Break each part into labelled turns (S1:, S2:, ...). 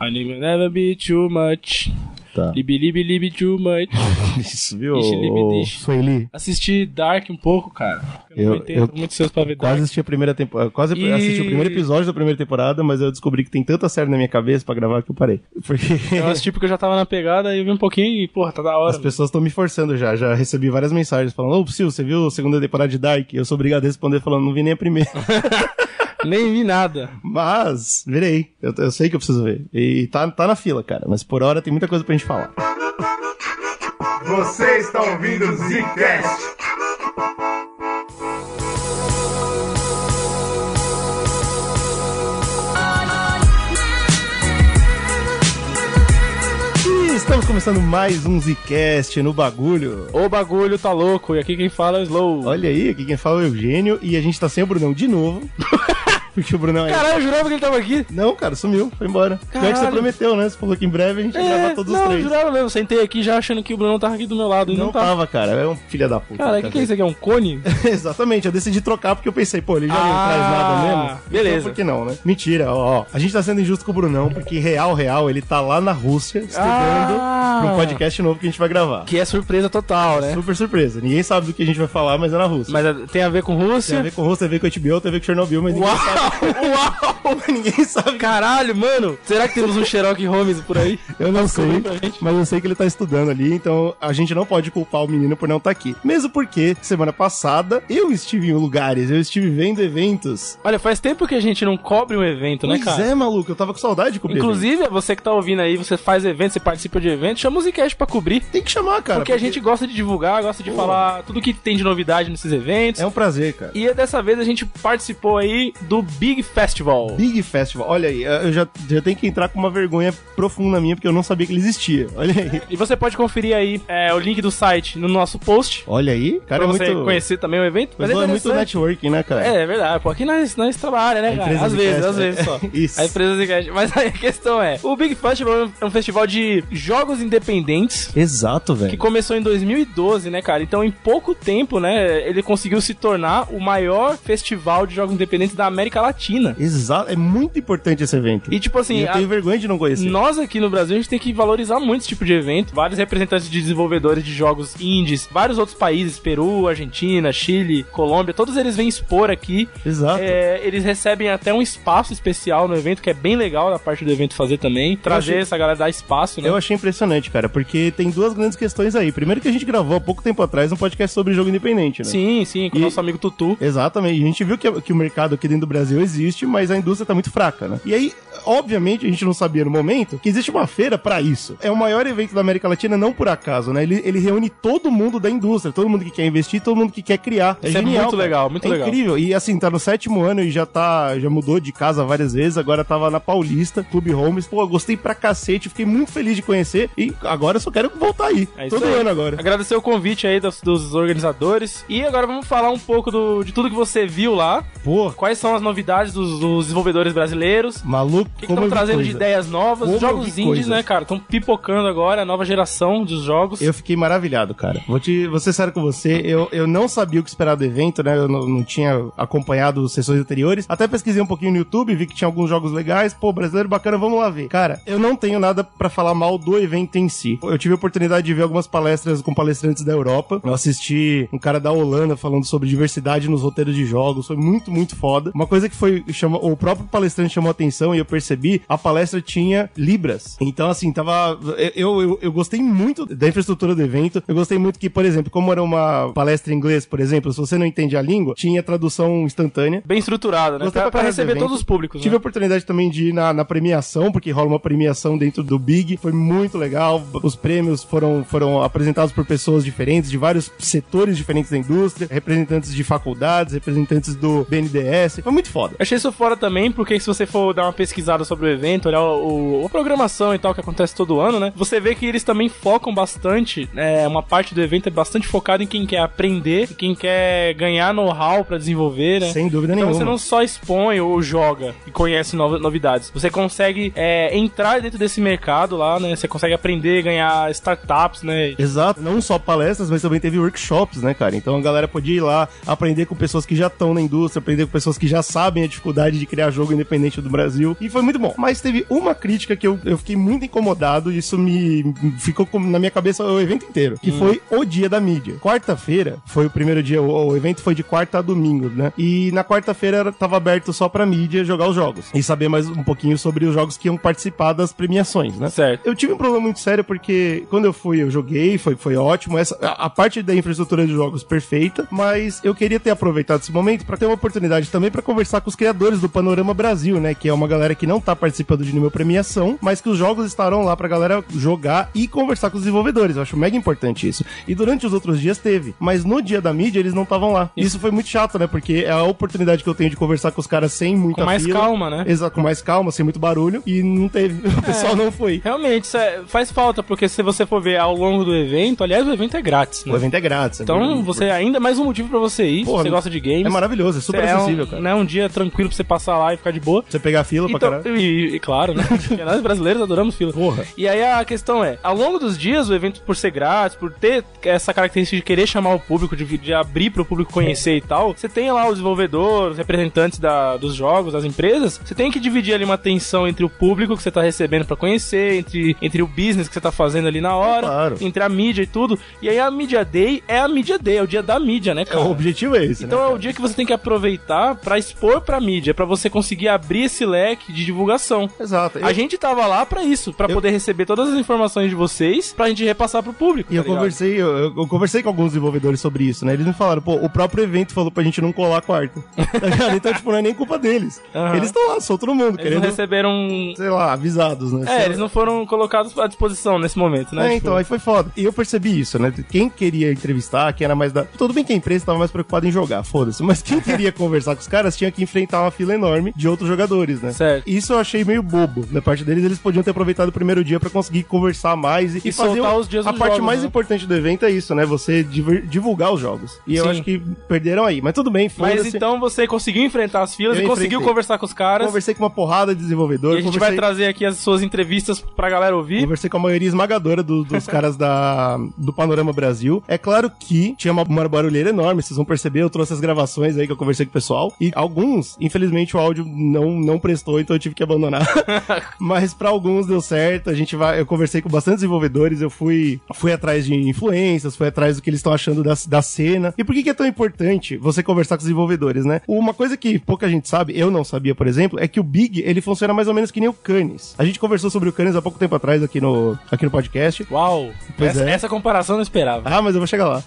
S1: I never, never be too much.
S2: Tá.
S1: Libi, libi, libi too much.
S2: Isso, viu?
S1: Ixi, libi,
S2: ô-
S1: libi.
S3: Sueli,
S1: Assisti Dark um pouco, cara.
S2: Eu-
S1: Eu, não entendo
S2: eu
S1: eu muito seus pra ver
S2: Quase
S1: Dark.
S2: assisti a primeira temporada. Quase
S1: E-
S2: assisti o primeiro episódio da primeira temporada, mas eu descobri que tem tanta série na minha cabeça pra gravar que eu parei. Porque
S1: Eu assisti porque eu já tava na pegada e eu vi um pouquinho e, porra, tá da hora.
S2: as pessoas estão me forçando já. Já recebi várias mensagens falando: Ô, Psyu, você viu a segunda temporada de Dark? Eu sou obrigado a responder falando: Não vi nem a primeira.
S1: Nem vi nada.
S2: mas, virei. Eu, eu sei que eu preciso ver. E tá, tá na fila, cara. Mas por hora tem muita coisa pra gente falar.
S4: Você está ouvindo o Zcast.
S2: E estamos começando mais um Zcast no bagulho.
S1: O bagulho tá louco e aqui quem fala é o Slow.
S2: Olha aí, aqui quem fala é o Eugênio e a gente tá sem o Brunão de novo. Porque o Brunão é.
S1: Caralho, eu jurava que ele tava aqui.
S2: Não, cara, sumiu, foi embora. Pior que você
S1: Caralho.
S2: prometeu, né? Você falou que em breve a gente ia gravar todos
S1: É, não,
S2: os três.
S1: eu jurava mesmo. Sentei aqui já achando que o Bruno tava aqui do meu lado. e
S2: Não,
S1: não tava.
S2: tava, cara. É um filho da puta.
S1: Cara, o que, que é isso aqui? É um cone?
S2: Exatamente, eu decidi trocar porque eu pensei, pô, ele já não
S1: Ah,
S2: traz nada mesmo.
S1: beleza.
S2: Então, por que não, né? Mentira, ó, ó. A gente tá sendo injusto com o Brunão, porque real, real, ele tá lá na Rússia estudando
S1: Ah.
S2: pra um podcast novo que a gente vai gravar.
S1: que é surpresa total, né?
S2: Super surpresa. Ninguém sabe do que a gente vai falar, mas é na Rússia.
S1: Mas é- tem a ver com
S2: Tem a
S1: Rússia?
S2: ver com Rússia, tem a ver com HBO, tem a ver com Chernobyl, mas ninguém,
S1: Uau! Uau!
S2: ninguém sabe.
S1: Caralho, mano! Será que temos um Sherlock Holmes por aí? Tá
S2: Eu não sei,
S1: pra gente.
S2: mas eu sei que ele tá estudando ali, então a gente não pode culpar o menino por não estar aqui. Mesmo porque, semana passada, eu estive em lugares, eu estive vendo eventos.
S1: Olha, faz tempo que a gente não cobre um evento, né,
S2: Pois
S1: cara?
S2: é, maluco, eu tava com saudade de cobrir. evento.
S1: Inclusive, você que tá ouvindo aí, você faz evento, você participa de evento, chama o Zcast pra cobrir.
S2: tem que chamar, cara.
S1: porque a gente gosta de divulgar, gosta de falar tudo que tem de novidade nesses eventos.
S2: É um prazer, cara.
S1: E dessa vez a gente participou aí do Big Festival.
S2: Big Festival, olha aí, eu já, já tenho que entrar com uma vergonha profunda minha, porque eu não sabia que ele existia. Olha aí.
S1: E você pode conferir aí é, o link do site no nosso post.
S2: Olha aí, cara,
S1: pra
S2: é
S1: você
S2: muito.
S1: conhecer também o evento.
S2: Mas é muito
S1: interessante.
S2: networking, né, cara?
S1: É, é verdade, pô. Aqui nós, nós trabalha, né,
S2: empresa
S1: cara? Às
S2: de
S1: vezes,
S2: cast,
S1: às
S2: né?
S1: vezes só.
S2: Isso.
S1: A empresa de cast. Mas aí a questão é: o Big Festival é um festival de jogos independentes.
S2: Exato,
S1: Que
S2: velho.
S1: começou em 2012, né, cara? Então, em pouco tempo, né, ele conseguiu se tornar o maior festival de jogos independentes da América Latina.
S2: Exato, é muito importante esse evento.
S1: E, tipo assim,
S2: E eu
S1: a-
S2: tenho vergonha de não conhecer.
S1: nós aqui no Brasil, a gente tem que valorizar muito esse tipo de evento. Vários representantes de desenvolvedores de jogos indies, vários outros países, Peru, Argentina, Chile, Colômbia, todos eles vêm expor aqui
S2: Exato.
S1: É, eles recebem até um espaço especial no evento, que é bem legal da parte do evento fazer também. Trazer
S2: achei-
S1: essa galera dar espaço, né?
S2: Eu achei impressionante, cara, porque tem duas grandes questões aí. Primeiro que a gente gravou há pouco tempo atrás um podcast sobre jogo independente, né?
S1: Sim, sim, com o
S2: E-
S1: nosso amigo Tutu.
S2: Exatamente. A gente viu que, que o mercado aqui dentro do Brasil existe, mas a indústria tá muito fraca, né? E aí, obviamente, a gente não sabia no momento que existe uma feira pra isso. É o maior evento da América Latina, não por acaso, né? Ele, ele reúne todo mundo da indústria, todo mundo que quer investir, todo mundo que quer criar.
S1: Isso é
S2: genial,
S1: muito
S2: cara.
S1: legal, muito
S2: é
S1: legal.
S2: incrível. E assim, tá no sétimo ano e já tá, já mudou de casa várias vezes. Agora tava na Paulista, Clube Homes. Pô, eu gostei pra cacete, fiquei muito feliz de conhecer. E agora eu só quero voltar aí.
S1: É isso
S2: todo
S1: aí.
S2: ano agora.
S1: Agradecer o convite aí dos, dos organizadores. E agora vamos falar um pouco do- de tudo que você viu lá.
S2: Pô,
S1: Quais são as novidades dos, dos desenvolvedores brasileiros.
S2: maluco,
S1: O que
S2: como
S1: estão
S2: eu vi
S1: trazendo de
S2: coisa.
S1: ideias novas?
S2: Como eu
S1: jogos
S2: vi
S1: indies,
S2: coisa.
S1: né, cara? Estão pipocando agora, a nova geração dos jogos.
S2: Eu fiquei maravilhado, cara. Vou, te, vou ser sério com você. Eu, eu não sabia o que esperar do evento, né? Eu não, não tinha acompanhado as sessões anteriores. Até pesquisei um pouquinho no YouTube, vi que tinha alguns jogos legais. Pô, brasileiro bacana, vamos lá ver. Cara, eu não tenho nada pra falar mal do evento em si. Eu tive a oportunidade de ver algumas palestras com palestrantes da Europa. Eu assisti um cara da Holanda falando sobre diversidade nos roteiros de jogos. Foi muito, muito foda. Uma coisa que foi. Chama, o próprio palestrante chamou atenção e eu percebi, a palestra tinha Libras. Então, assim, tava. Eu, eu, eu gostei muito da infraestrutura do evento. Eu gostei muito que, por exemplo, como era uma palestra em inglês, por exemplo, se você não entende a língua, tinha tradução instantânea.
S1: Bem estruturada, né?
S2: Gostei
S1: Pra, pra
S2: pra caralho do
S1: receber
S2: evento.
S1: todos os públicos.
S2: Tive a
S1: né?
S2: oportunidade também de ir na, na premiação, porque rola uma premiação dentro do Big, foi muito legal. Os prêmios foram, foram apresentados por pessoas diferentes, de vários setores diferentes da indústria, representantes de faculdades, representantes do BNDES. Foi muito foda.
S1: Eu Achei isso fora também, porque se você for dar uma pesquisada sobre o evento, olhar o, o- a programação e tal que acontece todo ano, né? Você vê que eles também focam bastante, é, uma parte do evento é bastante focada em quem quer aprender, em quem quer ganhar know-how pra desenvolver, né?
S2: Sem dúvida
S1: Então
S2: nenhuma.
S1: você não só expõe ou joga e conhece nova- novidades. Você consegue é, entrar dentro desse mercado lá, né? Você consegue aprender, ganhar startups, né?
S2: Exato, não só palestras, mas também teve workshops, né, cara? Então a galera podia ir lá aprender com pessoas que já estão na indústria, aprender com pessoas que já sabem a dificuldade de criar jogo independente do Brasil. E foi muito bom. Mas teve uma crítica que eu, eu fiquei muito incomodado e isso me ficou com- na minha cabeça o evento inteiro, que foi o dia da mídia. Quarta-feira foi o primeiro dia, o, o evento foi de quarta a domingo, né? E na quarta-feira era- tava aberto só pra mídia jogar os jogos e saber mais um pouquinho sobre os jogos que iam participar das premiações, né?
S1: Certo.
S2: Eu tive um problema muito sério porque quando eu fui, eu joguei, foi, foi ótimo. Essa, a, a parte da infraestrutura de jogos perfeita, mas eu queria ter aproveitado esse momento pra ter uma oportunidade também pra conversar com os criadores do Panorama Brasil, né? Que é uma galera que não tá participando de nenhuma premiação, mas que os jogos estarão lá pra galera jogar e conversar com os desenvolvedores. Eu acho mega importante isso. E durante os outros dias teve, mas no dia da mídia eles não estavam lá. Isso foi muito chato, né? Porque é a oportunidade que eu tenho de conversar com os caras sem muita
S1: Com mais
S2: fila.
S1: calma, né?
S2: Exato, com mais calma, sem muito barulho, e não teve. O pessoal não foi.
S1: É. Realmente, isso é- faz falta, porque se você for ver ao longo do evento, aliás, o evento é grátis, né?
S2: O evento é grátis. é
S1: Então,
S2: verdade.
S1: você ainda mais um motivo pra você ir, se
S2: Porra,
S1: você gosta de games.
S2: É maravilhoso, é super
S1: É um-
S2: acessível, cara.
S1: Né, um dia tranquilo pra você passar lá e ficar de boa.
S2: Você pegar fila pra
S1: Então,
S2: caralho.
S1: e, e claro, né? Porque nós brasileiros adoramos fila.
S2: Porra.
S1: E aí a questão é, ao longo dos dias, o evento por ser grátis, por ter essa característica de querer chamar o público, de, de abrir pro público conhecer e tal, você tem lá os desenvolvedores, os representantes da- dos jogos, das empresas, você tem que dividir ali uma atenção entre o público que você tá recebendo pra conhecer, entre, entre o business que você tá fazendo ali na hora,
S2: Claro.
S1: entre a mídia e tudo. E aí a Media Day é a Media Day, é o dia da mídia, né,
S2: É,
S1: cara?
S2: o objetivo é esse,
S1: Então
S2: né?
S1: é o dia que você tem que aproveitar pra expor pra mídia, pra você conseguir abrir esse leque de divulgação.
S2: Exato.
S1: A
S2: Eu-
S1: gente tava lá pra isso, pra
S2: Eu-
S1: poder receber todas as informações de vocês, pra gente repassar pro público.
S2: E eu
S1: tá ligado?
S2: conversei, eu, eu- eu conversei com alguns desenvolvedores sobre isso, né? Eles me falaram, pô, o próprio evento falou pra gente não colar a quarta. Tá ligado? então, tipo, não é nem culpa deles.
S1: Aham.
S2: Eles estão lá, solto no mundo,
S1: Eles
S2: querendo,
S1: não receberam. um
S2: sei lá, avisados, né? Sei
S1: É, eles não foram colocados à disposição nesse momento, né?
S2: É,
S1: Tipo,
S2: então, aí foi foda. E eu percebi isso, né? Quem queria entrevistar, quem era mais da. Tudo bem que a empresa tava mais preocupada em jogar, foda-se. Mas quem queria conversar com os caras tinha que enfrentar uma fila enorme de outros jogadores, né?
S1: Certo.
S2: Isso eu achei meio bobo. Da parte deles, eles podiam ter aproveitado o primeiro dia pra conseguir conversar mais e,
S1: E soltar os dias
S2: A
S1: dos
S2: parte
S1: jogos,
S2: mais
S1: né?
S2: importante do evento é isso, né? Você diver- divulgar os jogos. E eu
S1: Sim.
S2: acho que perderam aí. Mas tudo bem,
S1: Mas
S2: foda-se.
S1: então você conseguiu enfrentar as filas
S2: Eu
S1: e conseguiu
S2: enfrentei.
S1: conversar com os caras.
S2: Conversei com uma porrada de
S1: E
S2: desenvolvedor.
S1: a gente
S2: conversei...
S1: vai trazer aqui as suas entrevistas pra galera ouvir.
S2: Conversei com a maioria esmagadora do- dos caras da, do Panorama Brasil. É claro que tinha uma, uma barulheira enorme, vocês vão perceber. Eu trouxe as gravações aí que eu conversei com o pessoal. E alguns, infelizmente, o áudio não, não prestou, então eu tive que abandonar. Mas pra alguns deu certo. A gente vai. Eu conversei com bastante desenvolvedores. Eu fui, fui atrás de influências, fui atrás do que eles estão achando da, da cena. E por que, que é tão importante você conversar com os desenvolvedores, né? Uma coisa que pouca gente sabe, eu não sabia, por exemplo, é que o Big ele funciona mais ou menos que nem o Cannes. A gente conversou sobre o Cannes há pouco tempo atrás aqui no, aqui no podcast.
S1: Uau!
S2: Pois
S1: Essa,
S2: é.
S1: essa comparação eu não esperava.
S2: Ah, mas eu vou chegar lá.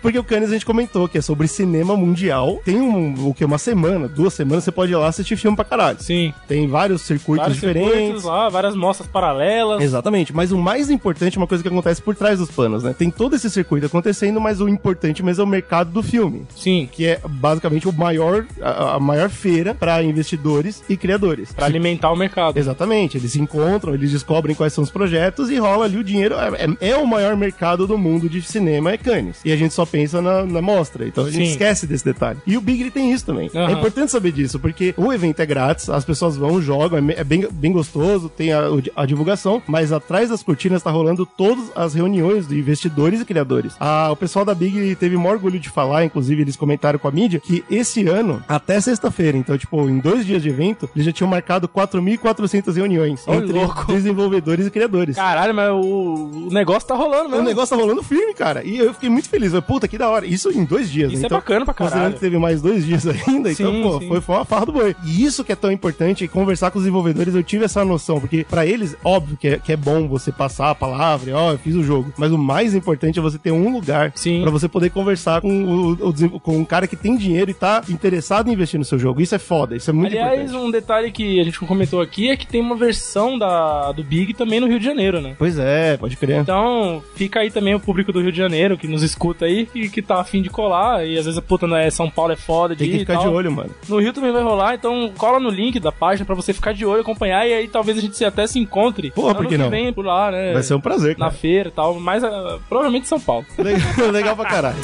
S2: Porque o Cannes a gente comentou que é sobre cinema mundial. Tem um, o que? Uma semana, duas semanas, você pode ir lá assistir filme pra caralho.
S1: Sim.
S2: Tem vários circuitos
S1: Vários
S2: diferentes.
S1: circuitos lá, várias mostras paralelas.
S2: Exatamente, mas o mais importante é uma coisa que acontece por trás dos panos, né? Tem todo esse circuito acontecendo, mas o importante mesmo é o mercado do filme,
S1: Sim.
S2: que é basicamente o maior, a, a maior feira para investidores e criadores.
S1: Pra alimentar o mercado.
S2: Exatamente, eles se encontram, eles descobrem quais são os projetos e rola ali o dinheiro. É, é- é o maior mercado do mundo de cinema, é Cannes. E a gente só pensa na, na mostra, então a gente
S1: Sim.
S2: esquece desse detalhe. E o Big ele tem isso também.
S1: Aham.
S2: É importante saber disso, porque o evento é grátis, as pessoas vão, jogam, é me- é bem, bem gostoso, tem a, o di- a divulgação, mas atrás das cortinas tá rolando todas as reuniões de investidores e criadores. Ah, o pessoal da Big teve o maior orgulho de falar, inclusive eles comentaram com a mídia, que esse ano, até sexta-feira, então, tipo, em dois dias de evento, eles já tinham marcado 4.400 reuniões
S1: Ô,
S2: entre
S1: louco.
S2: desenvolvedores e criadores.
S1: Caralho, mas o, o negócio tá rolando mesmo.
S2: O negócio tá rolando firme, cara. E eu fiquei muito feliz. Eu, Puta, que da hora. Isso em dois dias.
S1: Isso
S2: né?
S1: é bacana pra caralho.
S2: Considerando que teve mais dois dias ainda,
S1: Sim,
S2: então, pô,
S1: sim.
S2: foi, foi uma farra do boi. E isso que é tão importante, conversar com os desenvolvedores, eu tive essa noção. Porque pra eles, óbvio que é, que é bom você passar a palavra, e, ó, eu fiz o jogo. Mas o mais importante é você ter um lugar
S1: Sim.
S2: pra você poder conversar com, o, o desenvol- com um cara que tem dinheiro e tá interessado em investir no seu jogo. Isso é foda, isso é muito
S1: Aliás,
S2: importante.
S1: um detalhe que a gente não comentou aqui é que tem uma versão da, do Big também no Rio de Janeiro, né?
S2: Pois é, pode crer.
S1: Então, fica aí também o público do Rio de Janeiro que nos escuta aí e que tá afim de colar. E às vezes, puta, né, São Paulo é foda de
S2: Tem que
S1: ir e
S2: ficar de
S1: tal.
S2: olho, mano.
S1: No Rio também vai rolar, então cola no link da página pra você ficar de olho, acompanhar e aí talvez a gente se- até se encontre.
S2: Pô, por que não?
S1: Vem por lá, né?
S2: Vai ser um prazer,
S1: Na
S2: cara.
S1: feira e tal, mas ah, provavelmente em São Paulo.
S2: Legal, legal pra caralho.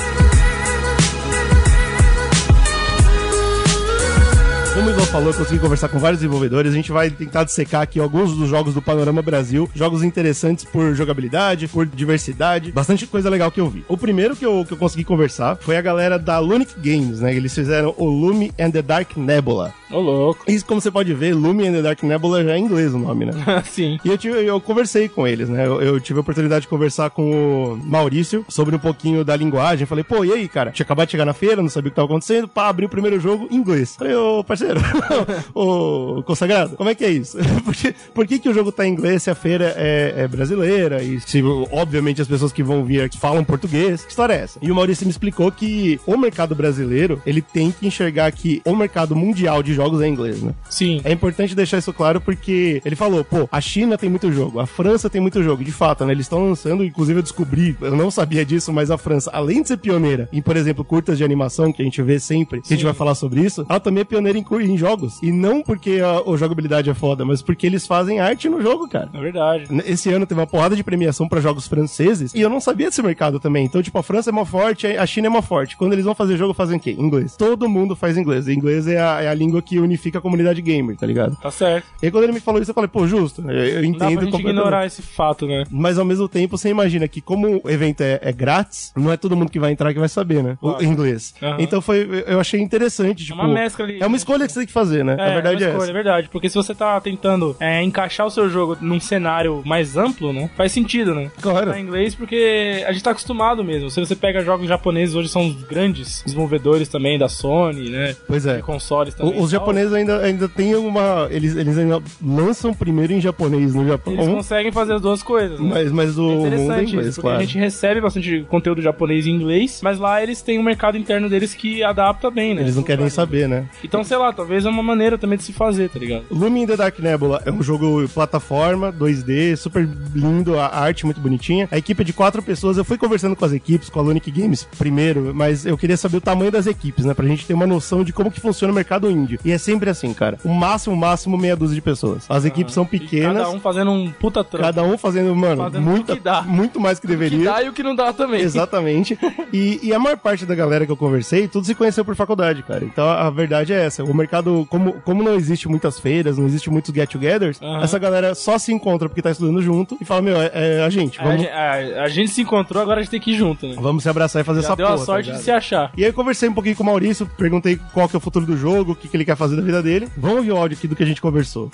S2: Como o Ivan falou, eu consegui conversar com vários desenvolvedores. A gente vai tentar dissecar aqui alguns dos jogos do Panorama Brasil. Jogos interessantes por jogabilidade, por diversidade. Bastante coisa legal que eu vi. O primeiro que eu, que eu consegui conversar foi a galera da Lunic Games, né? Eles fizeram o Lume and the Dark Nebula.
S1: Ô, louco.
S2: E como você pode ver, Lume and the Dark Nebula já é em inglês o nome, né?
S1: Sim.
S2: E eu, tive- eu conversei com eles, né? Eu, eu tive a oportunidade de conversar com o Maurício sobre um pouquinho da linguagem. Falei, pô, e aí, cara? Tinha acabado de chegar na feira, não sabia o que tava acontecendo. Pá, abri o primeiro jogo em inglês. Falei, ô, parceiro, ô, consagrado, como é que é isso? por que, por que, que o jogo tá em inglês se a feira é, é brasileira? E se, obviamente, as pessoas que vão vir aqui falam português. Que história é essa? E o Maurício me explicou que o mercado brasileiro, ele tem que enxergar que o mercado mundial de jogos é inglês, né?
S1: Sim.
S2: É importante deixar isso claro porque ele falou, pô, a China tem muito jogo, a França tem muito jogo, de fato, né? Eles estão lançando, inclusive eu descobri, eu não sabia disso, mas a França, além de ser pioneira em, por exemplo, curtas de animação, que a gente vê sempre, que a gente vai falar sobre isso, ela também é pioneira em, cu- em jogos. E não porque a, a jogabilidade é foda, mas porque eles fazem arte no jogo, cara.
S1: É verdade.
S2: Esse ano teve uma porrada de premiação pra jogos franceses e eu não sabia desse mercado também. Então, tipo, a França é mó forte, a China é mó forte. Quando eles vão fazer jogo, fazem o quê? Inglês. Todo mundo faz inglês. E Inglês é a, é a língua que unifica a comunidade gamer, tá ligado?
S1: Tá certo.
S2: E aí, quando ele me falou isso, eu falei, pô, justo. Eu, eu
S1: Não dá pra
S2: entendo
S1: gente
S2: completamente.
S1: ignorar esse fato, né?
S2: Mas ao mesmo tempo, você imagina que, como o evento é, é grátis, não é todo mundo que vai entrar que vai saber, né? O
S1: Claro.
S2: inglês.
S1: Aham.
S2: Então foi. Eu achei interessante, tipo.
S1: uma mescla ali.
S2: É uma escolha que você tem que fazer, né? a verdade
S1: uma
S2: é,
S1: escolha,
S2: essa.
S1: é verdade. Porque se você tá tentando é, encaixar o seu jogo num cenário mais amplo, né? Faz sentido, né?
S2: Claro.
S1: Tá em inglês porque a gente tá acostumado mesmo. Se você pega jogos japoneses, hoje são os grandes desenvolvedores também da Sony, né?
S2: Pois é.
S1: De consoles
S2: O-
S1: também.
S2: os
S1: e tal.
S2: japoneses ainda, ainda tem uma. Eles, eles ainda lançam primeiro em japonês no
S1: Eles
S2: Japão.
S1: conseguem fazer as duas coisas, né?
S2: um- Mas, mas o
S1: É
S2: mundo é
S1: interessante
S2: inglês,
S1: isso, porque
S2: claro.
S1: a gente recebe bastante conteúdo japonês e inglês, mas lá eles têm um mercado interno deles que adapta bem, né?
S2: Eles não querem saber, né?
S1: Então, sei lá, talvez é uma maneira também de se fazer, tá ligado?
S2: Lumen in the Dark Nebula é um jogo plataforma, 2D, super lindo, a arte muito bonitinha. A equipe é de quatro pessoas, eu fui conversando com as equipes, com a Lunic Games primeiro, mas eu queria saber o tamanho das equipes, né? Pra gente ter uma noção de como que funciona o mercado índio. E é sempre assim, cara. O máximo, o máximo, meia dúzia de pessoas. As equipes são
S1: E
S2: pequenas.
S1: cada um fazendo um puta trampo.
S2: fazendo, mano,
S1: Fazendo
S2: muita,
S1: o que dá.
S2: muito mais que deveria.
S1: que dá e o que não dá também.
S2: Exatamente. E, e a maior parte da galera que eu conversei, tudo se conheceu por faculdade, cara. Então a verdade é essa. O mercado, como, como não existe muitas feiras, não existe muitos get-togethers,
S1: Aham.
S2: essa galera só se encontra porque tá estudando junto e fala, meu, é, é a gente,
S1: A,
S2: vamos,
S1: gen- a- a gente se encontrou, agora a gente tem que ir junto, né?
S2: vamos se abraçar e fazer
S1: Já
S2: essa
S1: deu
S2: porra.
S1: a
S2: tá
S1: sorte
S2: ligado?
S1: de se achar.
S2: E aí eu conversei um pouquinho com o Maurício, perguntei qual que é o futuro do jogo, o que, que ele quer fazer da vida dele. Vamos ouvir o áudio aqui do que a gente conversou.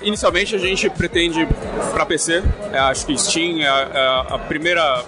S3: Inicialmente a gente pretende para PC, é, acho que Steam é a, é a- a primeira,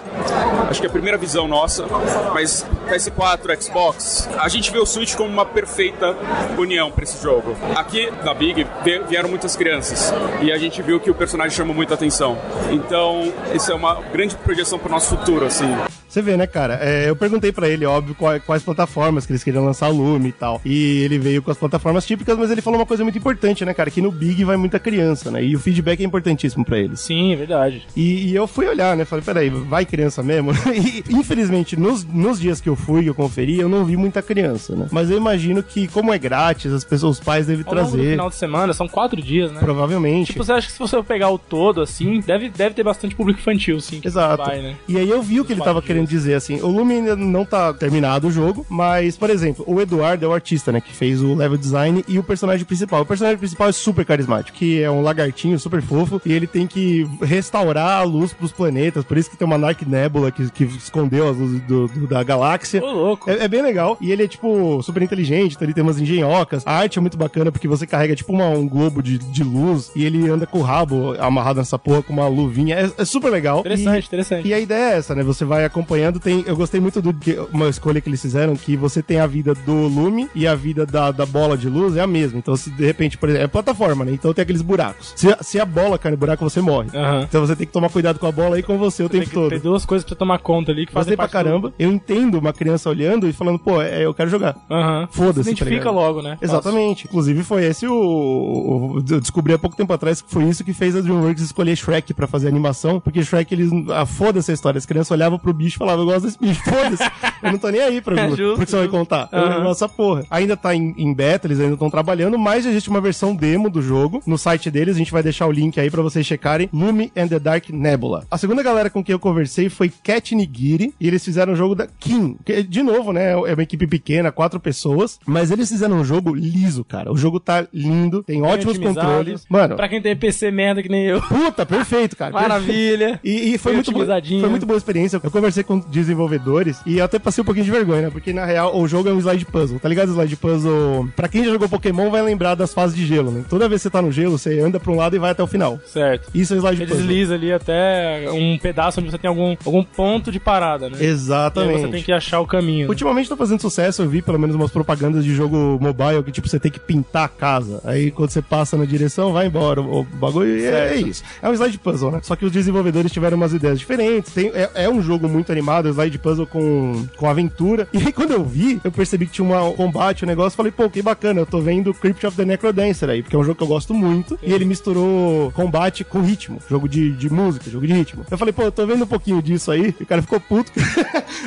S3: acho que é a primeira visão nossa, mas PS4, Xbox, a gente vê o Switch como uma perfeita união para esse jogo. Aqui na Big vie- vieram muitas crianças e a gente viu que o personagem chamou muita atenção. Então isso é uma grande projeção para o nosso futuro, assim.
S2: Você vê, né, cara? É, eu perguntei pra ele, óbvio, qual- quais plataformas que eles queriam lançar o Lume e tal. E ele veio com as plataformas típicas, mas ele falou uma coisa muito importante, né, cara? Que no Big vai muita criança, né? E o feedback é importantíssimo pra eles.
S1: Sim, é verdade.
S2: E, e eu fui olhar, né? Falei, peraí, vai criança mesmo? E, infelizmente, nos, nos dias que eu fui, eu conferi, eu não vi muita criança, né? Mas eu imagino que, como é grátis, as pessoas, os pais devem
S1: Ao longo do
S2: trazer.
S1: final de semana, são quatro dias, né?
S2: Provavelmente.
S1: Tipo, você acha que se você pegar o todo, assim, deve, deve ter bastante público infantil, sim. que
S2: Exato.
S1: Vai, né?
S2: E aí eu vi o que ele tava
S1: quadrinhos.
S2: querendo dizer, assim. O Lume ainda não tá terminado o jogo, mas, por exemplo, o Eduardo é o artista, né? Que fez o level design e o personagem principal. O personagem principal é super carismático, que é um lagartinho super fofo, e ele tem que restaurar a luz pros planetas, por isso que tem uma Dark Nebula que, que escondeu as luzes do- do- da galáxia.
S1: Ô, louco.
S2: É, é bem legal. E ele é, tipo, super inteligente, então ele tem umas engenhocas. A arte é muito bacana porque você carrega, tipo, uma- um globo de, de luz e ele anda com o rabo amarrado nessa porra com uma luvinha. É, é super legal.
S1: Interessante,
S2: E-
S1: interessante.
S2: E a ideia é essa, né? Você vai acompanhando. Tem, eu gostei muito do que, uma escolha que eles fizeram, que você tem a vida do lume e a vida da, da bola de luz é a mesma. Então, se de repente, por exemplo, é plataforma, né? Então tem aqueles buracos. Se, a- se a bola cai no buraco, você morre.
S1: Aham.
S2: Então você tem que tomar cuidado com a bola e com você o tempo
S1: tem,
S2: todo.
S1: tem duas coisas pra você tomar conta ali que fazem
S2: Gostei pra
S1: parte do-
S2: caramba. Eu entendo uma criança olhando e falando, pô, é, eu quero jogar.
S1: Aham.
S2: Foda-se,
S1: Se
S2: tá
S1: identifica
S2: ligado?
S1: logo, né?
S2: Exatamente. Inclusive, foi esse o, o- Eu descobri há pouco tempo atrás que foi isso que fez a Dreamworks escolher Shrek pra fazer animação. Porque Shrek, eles. Ah, foda essa história. As crianças olhavam pro bicho bicho, falava, eu gosto desse bicho, foda-se. eu não tô nem aí pra
S1: É
S2: jogo,
S1: justo,
S2: porque você vai contar. É Eu-
S1: Aham.
S2: Eu gosto dessa porra. Ainda tá em, em beta, eles ainda estão trabalhando, mas existe uma versão demo do jogo no site deles, a gente vai deixar o link aí pra vocês checarem, Lume and the Dark Nebula. A segunda galera com quem eu conversei foi Cat Nigiri, e eles fizeram um jogo da Kim. Que, de novo, né, é uma equipe pequena, quatro pessoas, mas eles fizeram um jogo liso, cara. O jogo tá lindo, tem ótimos
S1: otimizado.
S2: controles. Mano,
S1: Pra quem tem PC merda que nem eu.
S2: puta, perfeito, cara.
S1: Maravilha.
S2: E, e foi,
S1: Foi
S2: muito boa,
S1: otimizadinho.
S2: foi muito boa a experiência. Eu conversei com desenvolvedores e eu até passei um pouquinho de vergonha, né? Porque na real o jogo é um slide puzzle, tá ligado? Slide puzzle. Pra quem já jogou Pokémon, vai lembrar das fases de gelo, né? Toda vez que você tá no gelo, você anda pra um lado e vai até o final.
S1: Certo.
S2: Isso é um slide
S1: Você
S2: puzzle.
S1: desliza ali até um pedaço onde você tem algum, algum ponto de parada, né? E aí
S2: Exatamente.
S1: você tem que achar o caminho. né?
S2: Ultimamente tá fazendo sucesso, eu vi pelo menos umas propagandas de jogo mobile que, tipo, você tem que pintar a casa. Aí quando você passa na direção, vai embora o, o bagulho e é, isso. É um slide puzzle, né? Só que os desenvolvedores tiveram umas ideias diferentes. Tem, é, é um jogo muito animado, é um slide puzzle com, com aventura. E aí quando eu vi, eu percebi que tinha uma- um combate, um negócio, falei, pô, que bacana, eu tô vendo Crypt of the Necrodancer aí, porque é um jogo que eu gosto muito. E ele misturou combate com ritmo, jogo de, de música, jogo de ritmo. Eu falei, pô, eu tô vendo um pouquinho disso aí. E o cara ficou puto.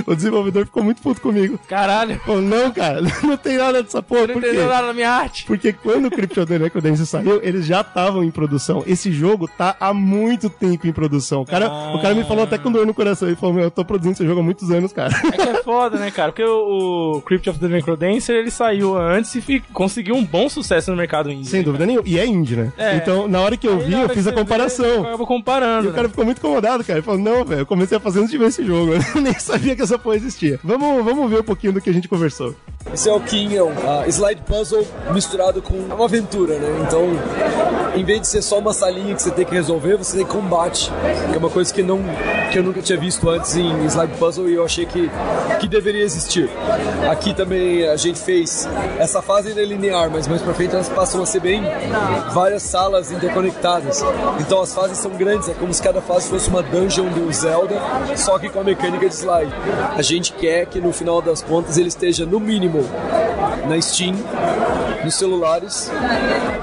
S2: o desenvolvedor ficou muito puto comigo.
S1: Caralho,
S2: Pô, não, cara, não tem nada dessa porra.
S1: não
S2: por quê?
S1: entendeu nada da minha arte.
S2: Porque quando o Crypto the Necrodancer saiu, eles já estavam em produção. Esse jogo tá há muito tempo em produção. O cara, o cara me falou até com dor no coração. Ele falou, meu, eu tô produzindo esse jogo há muitos anos, cara.
S1: É que é foda, né, cara? Porque o, o Crypt of the Necrodancer, ele saiu antes e fi- conseguiu um bom sucesso no mercado indie.
S2: Sem dúvida nenhuma. E é indie, né?
S1: É.
S2: Então, na hora que eu
S1: Aí,
S2: vi,
S1: na
S2: eu
S1: hora
S2: fiz
S1: que
S2: a
S1: você vê, você
S2: comparação.
S1: acaba
S2: E
S1: comparando. né?
S2: o cara ficou muito incomodado, cara. Ele falou, não, velho, eu comecei a fazer antes de ver esse jogo. Eu nem sabia que essa porra existia. Vamos, vamos ver um pouquinho do que a gente conversou.
S5: Esse é o Kinhão, ah, slide puzzle misturado com é uma aventura, né? Então, em vez de ser só uma salinha que você tem que resolver, você tem combate, que é uma coisa que não que eu nunca tinha visto antes em slide puzzle e eu achei que que deveria existir. Aqui também a gente fez essa fase ainda é linear, mas mais pra frente elas passam a ser bem várias salas interconectadas. Então as fases são grandes, é como se cada fase fosse uma dungeon do Zelda, só que com a mecânica de slide. A gente quer que no final das contas ele esteja no mínimo na Steam, nos celulares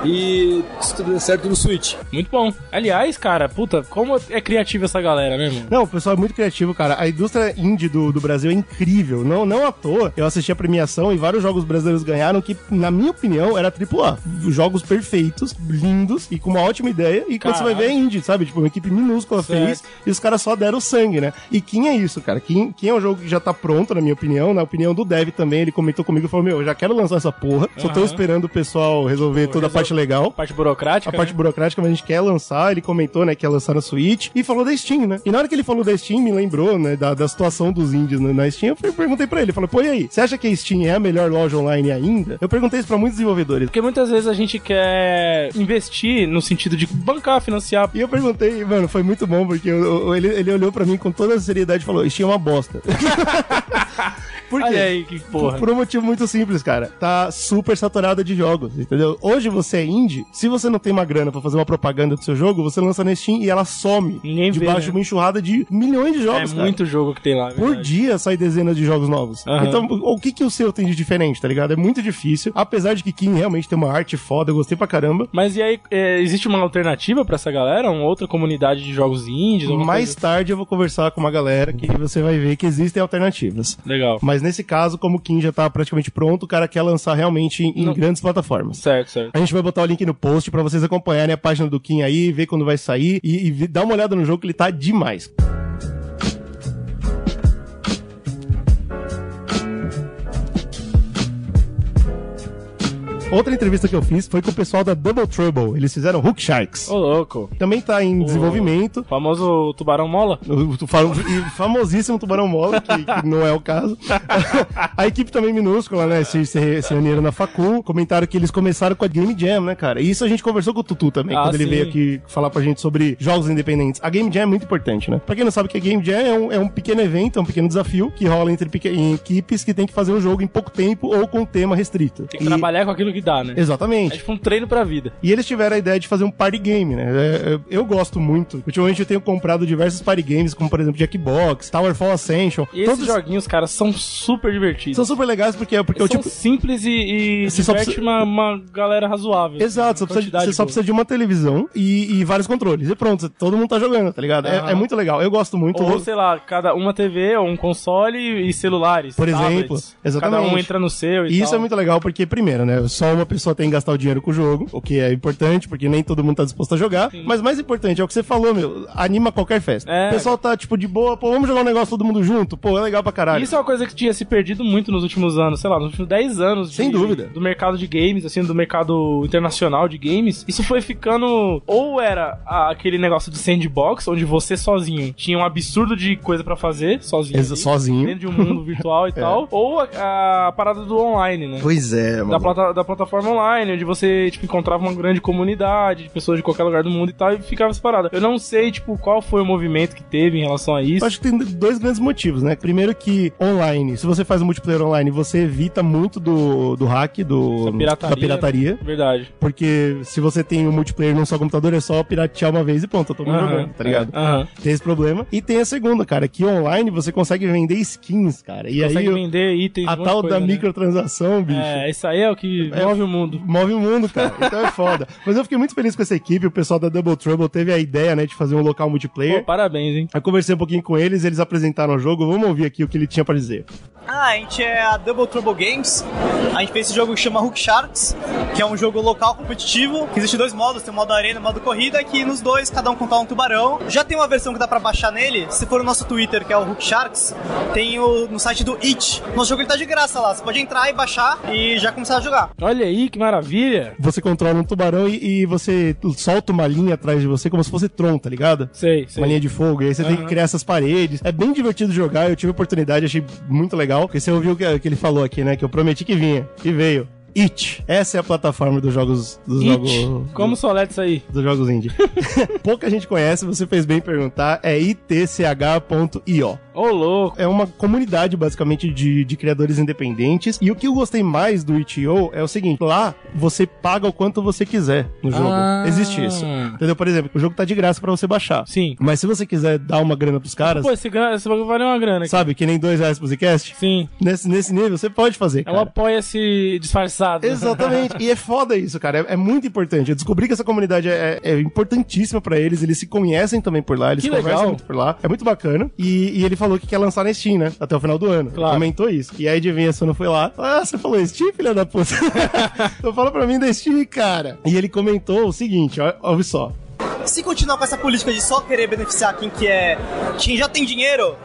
S5: e se tudo der certo no Switch.
S1: Muito bom. Aliás, cara, puta, como é criativa essa galera, né, mano?
S2: Não, o pessoal é muito criativo, cara. A indústria indie do, do Brasil é incrível. Não, não à toa, eu assisti a premiação e vários jogos brasileiros ganharam que, na minha opinião, era AAA. Jogos perfeitos, lindos e com uma ótima ideia. E quando você vai
S1: Caralho.
S2: ver, é indie, sabe? Tipo, uma equipe minúscula
S1: Certo.
S2: fez e os caras só deram sangue, né? E quem é isso, cara? Quem, quem é um jogo que já tá pronto, na minha opinião, na opinião do Dev também, ele comentou comigo e falou, meu, eu já quero lançar essa porra, só tô
S1: Aham.
S2: esperando o pessoal resolver toda a
S1: resol-
S2: parte legal.
S1: A parte burocrática,
S2: A parte
S1: né?
S2: burocrática, mas a gente quer lançar. Ele comentou, né, que ia lançar na Switch. E falou da Steam, né? E na hora que ele falou da Steam, me lembrou, né, da, da situação dos índios na- na Steam. Eu fui- perguntei pra ele. Falei, pô, e aí? Você acha que a Steam é a melhor loja online ainda? Eu perguntei isso pra muitos desenvolvedores.
S1: Porque muitas vezes a gente quer investir no sentido de bancar, financiar.
S2: E eu perguntei, mano, foi muito bom, porque eu- eu- ele, ele olhou pra mim com toda a seriedade e falou, Steam é uma bosta. Por
S1: Olha aí, que porra.
S2: Por um motivo muito simples, cara. Tá super saturada de jogos, entendeu? Hoje você é indie, se você não tem uma grana pra fazer uma propaganda do seu jogo, você lança na Steam e ela some
S1: Ninguém vê,
S2: debaixo
S1: né?
S2: de uma enxurrada de milhões de jogos,
S1: é
S2: cara.
S1: muito jogo que tem lá. é
S2: Por
S1: verdade.
S2: dia sai dezenas de jogos novos.
S1: Aham.
S2: Então, o que, que o seu tem de diferente, tá ligado? É muito difícil. Apesar de que Kim realmente tem uma arte foda, eu gostei pra caramba.
S1: Mas e aí, é, existe uma alternativa pra essa galera? Uma outra comunidade de jogos indies? alguma
S2: Mais tarde eu vou conversar com uma galera que você vai ver que existem alternativas.
S1: coisa? Legal.
S2: Mas nesse caso, como o Kim já tá praticamente pronto, o cara quer lançar realmente em, em grandes plataformas.
S1: Certo, certo.
S2: A gente vai botar o link no post pra vocês acompanharem a página do Kim aí, ver quando vai sair e, e vi- dar uma olhada no jogo que ele tá demais. Outra entrevista que eu fiz foi com o pessoal da Double Trouble. Eles fizeram Hook Sharks.
S1: Ô, louco.
S2: Também tá em desenvolvimento.
S1: O famoso tubarão mola?
S2: O tu- fam- e famosíssimo Tubarão Mola, que, que não é o caso. a equipe também minúscula, né? Se, se, se reuniram na Facul. Comentaram que eles começaram com a Game Jam, né, cara? E isso a gente conversou com o Tutu também,
S1: Ah,
S2: quando ele
S1: sim.
S2: veio aqui falar pra gente sobre jogos independentes. A Game Jam é muito importante, né? Pra quem não sabe o que é Game Jam, é um, é um pequeno evento, é um pequeno desafio que rola entre peque- em equipes que tem que fazer um jogo em pouco tempo ou com um tema restrito.
S1: Tem que
S2: E-
S1: trabalhar com aquilo que lidar, né? É
S2: Exatamente.
S1: tipo um treino pra vida.
S2: E eles tiveram a ideia de fazer um party game, né? É, eu- Eu gosto muito. Ultimamente eu tenho comprado diversos party games, como por exemplo Jackbox, Towerfall Ascension.
S1: E esses joguinhos, cara, são super divertidos.
S2: são super legais porque, porque
S1: são
S2: eu, tipo,
S1: simples e, e
S2: Você só
S1: diverte
S2: precisa-
S1: uma, uma galera razoável. assim,
S2: Exato, você, precisa,
S1: né? Quantidade
S2: você só
S1: boa.
S2: precisa de uma televisão e, e vários controles. E pronto, todo mundo tá jogando, tá ligado? É,
S1: Aham. é
S2: é muito legal. Eu gosto muito.
S1: Ou, sei lá, cada uma TV ou um console e celulares.
S2: Por
S1: tablets.
S2: exemplo, exatamente.
S1: Cada um entra no seu e
S2: E isso
S1: tal.
S2: é muito legal porque, primeiro, né? Só uma pessoa tem que gastar o dinheiro com o jogo, o que é importante, porque nem todo mundo tá disposto a jogar. Mas mais importante, é o que você falou, meu. Anima qualquer festa.
S1: É.
S2: O pessoal tá, tipo, de boa, pô, vamos jogar um negócio todo mundo junto? Pô, é legal pra caralho.
S1: Isso é uma coisa que tinha se perdido muito nos últimos anos, sei lá, nos últimos 10 anos. de-
S2: Sem dúvida.
S1: Do mercado de games, assim, do mercado internacional de games. Isso foi ficando. Ou era a- aquele negócio de sandbox, onde você sozinho tinha um absurdo de coisa pra fazer, sozinho.
S2: Exa-
S1: ali,
S2: sozinho.
S1: Dentro de um mundo
S2: É.
S1: virtual e tal. Ou a, a parada do online, né?
S6: Pois é,
S1: Da,
S6: mano.
S1: plata- da plataforma online, onde você, tipo, encontrava uma grande comunidade de pessoas de qualquer lugar do mundo e tal, e ficava separada. Eu não sei, tipo, qual foi o movimento que teve em relação a isso.
S2: Eu acho que tem dois grandes motivos, né? Primeiro que online, se você faz um multiplayer online, você evita muito do, do hack, do,
S1: Da pirataria.
S2: da pirataria.
S1: Verdade.
S2: Porque se você tem um multiplayer num só computador, é só piratear uma vez e pronto, eu tô
S1: Aham,
S2: jogando, tá ligado?
S1: Aham.
S2: Tem esse problema. E tem a segunda, cara, que online você consegue vender skins, cara. É. E
S1: consegue
S2: aí
S1: vender itens.
S2: a
S1: um monte de
S2: tal
S1: coisa,
S2: da
S1: né?
S2: microtransação, bicho.
S1: É, isso aí é o que
S2: É.
S1: move o mundo.
S2: Move o mundo, cara. Então é foda. Mas eu fiquei muito feliz com essa equipe. O pessoal da Double Trouble teve a ideia, né, de fazer um local multiplayer.
S1: Pô, parabéns, hein?
S2: Eu conversei um pouquinho com eles, eles apresentaram o jogo. Vamos ouvir aqui o que ele tinha pra dizer.
S7: Ah, a gente é a Double Trouble Games. A gente fez esse jogo que chama Hook Sharks, que é um jogo local competitivo. Que existe dois modos, tem o modo arena e o modo corrida, que nos dois cada um controla um tubarão. Já tem uma versão que dá pra baixar nele. Se for no nosso Twitter, que é o Hook Sharks, tem o, no site do It. Nosso jogo ele tá de graça lá. Você pode entrar e baixar e já começar a jogar.
S1: Olha aí, que maravilha.
S2: Você controla um tubarão e, e você solta uma linha atrás de você como se fosse Tron, tá ligado?
S1: Sei, sei.
S2: Uma linha de fogo, e aí você tem que
S1: Aham.
S2: criar essas paredes. É bem divertido jogar, eu tive a oportunidade, achei muito legal. Porque você ouviu o que, o que ele falou aqui, né? Que eu prometi que vinha. E veio. It. Essa é a plataforma dos jogos. Dos jogos.
S1: It. Como soleta isso aí?
S2: Dos jogos indie. Pouca gente conhece, você fez bem em perguntar. É itch.io
S1: Ô, louco.
S2: é uma comunidade, basicamente, de, de criadores independentes. E o que eu gostei mais do itch.io é o seguinte: lá você paga o quanto você quiser no jogo.
S1: Ah.
S2: Existe isso. Entendeu? Por exemplo, o jogo tá de graça pra você baixar.
S1: Sim.
S2: Mas se você quiser dar uma grana pros caras,
S1: Pô, esse, gra- esse bagulho valeu uma grana.
S2: sabe, que nem dois reais pro Zcast,
S1: Sim.
S2: nesse, nesse nível você pode fazer.
S1: É um
S2: Cara.
S1: apoia-se disfarçado.
S2: Exatamente, e é foda isso, cara. É, é muito importante. Eu descobri que essa comunidade é, é- é importantíssima pra eles. Eles se conhecem também por lá, eles
S1: Que
S2: conversam
S1: legal.
S2: muito por lá. É muito bacana. E, e ele falou que quer lançar na Steam, né? Até o final do ano.
S1: Claro.
S2: Comentou isso. E aí, adivinha, se eu não foi lá. Ah, você falou Steam, filha da puta. então fala pra mim da Steam, cara. E ele comentou o seguinte: ó, ouve só.
S7: se continuar com essa política de só querer beneficiar quem que é quem já tem dinheiro,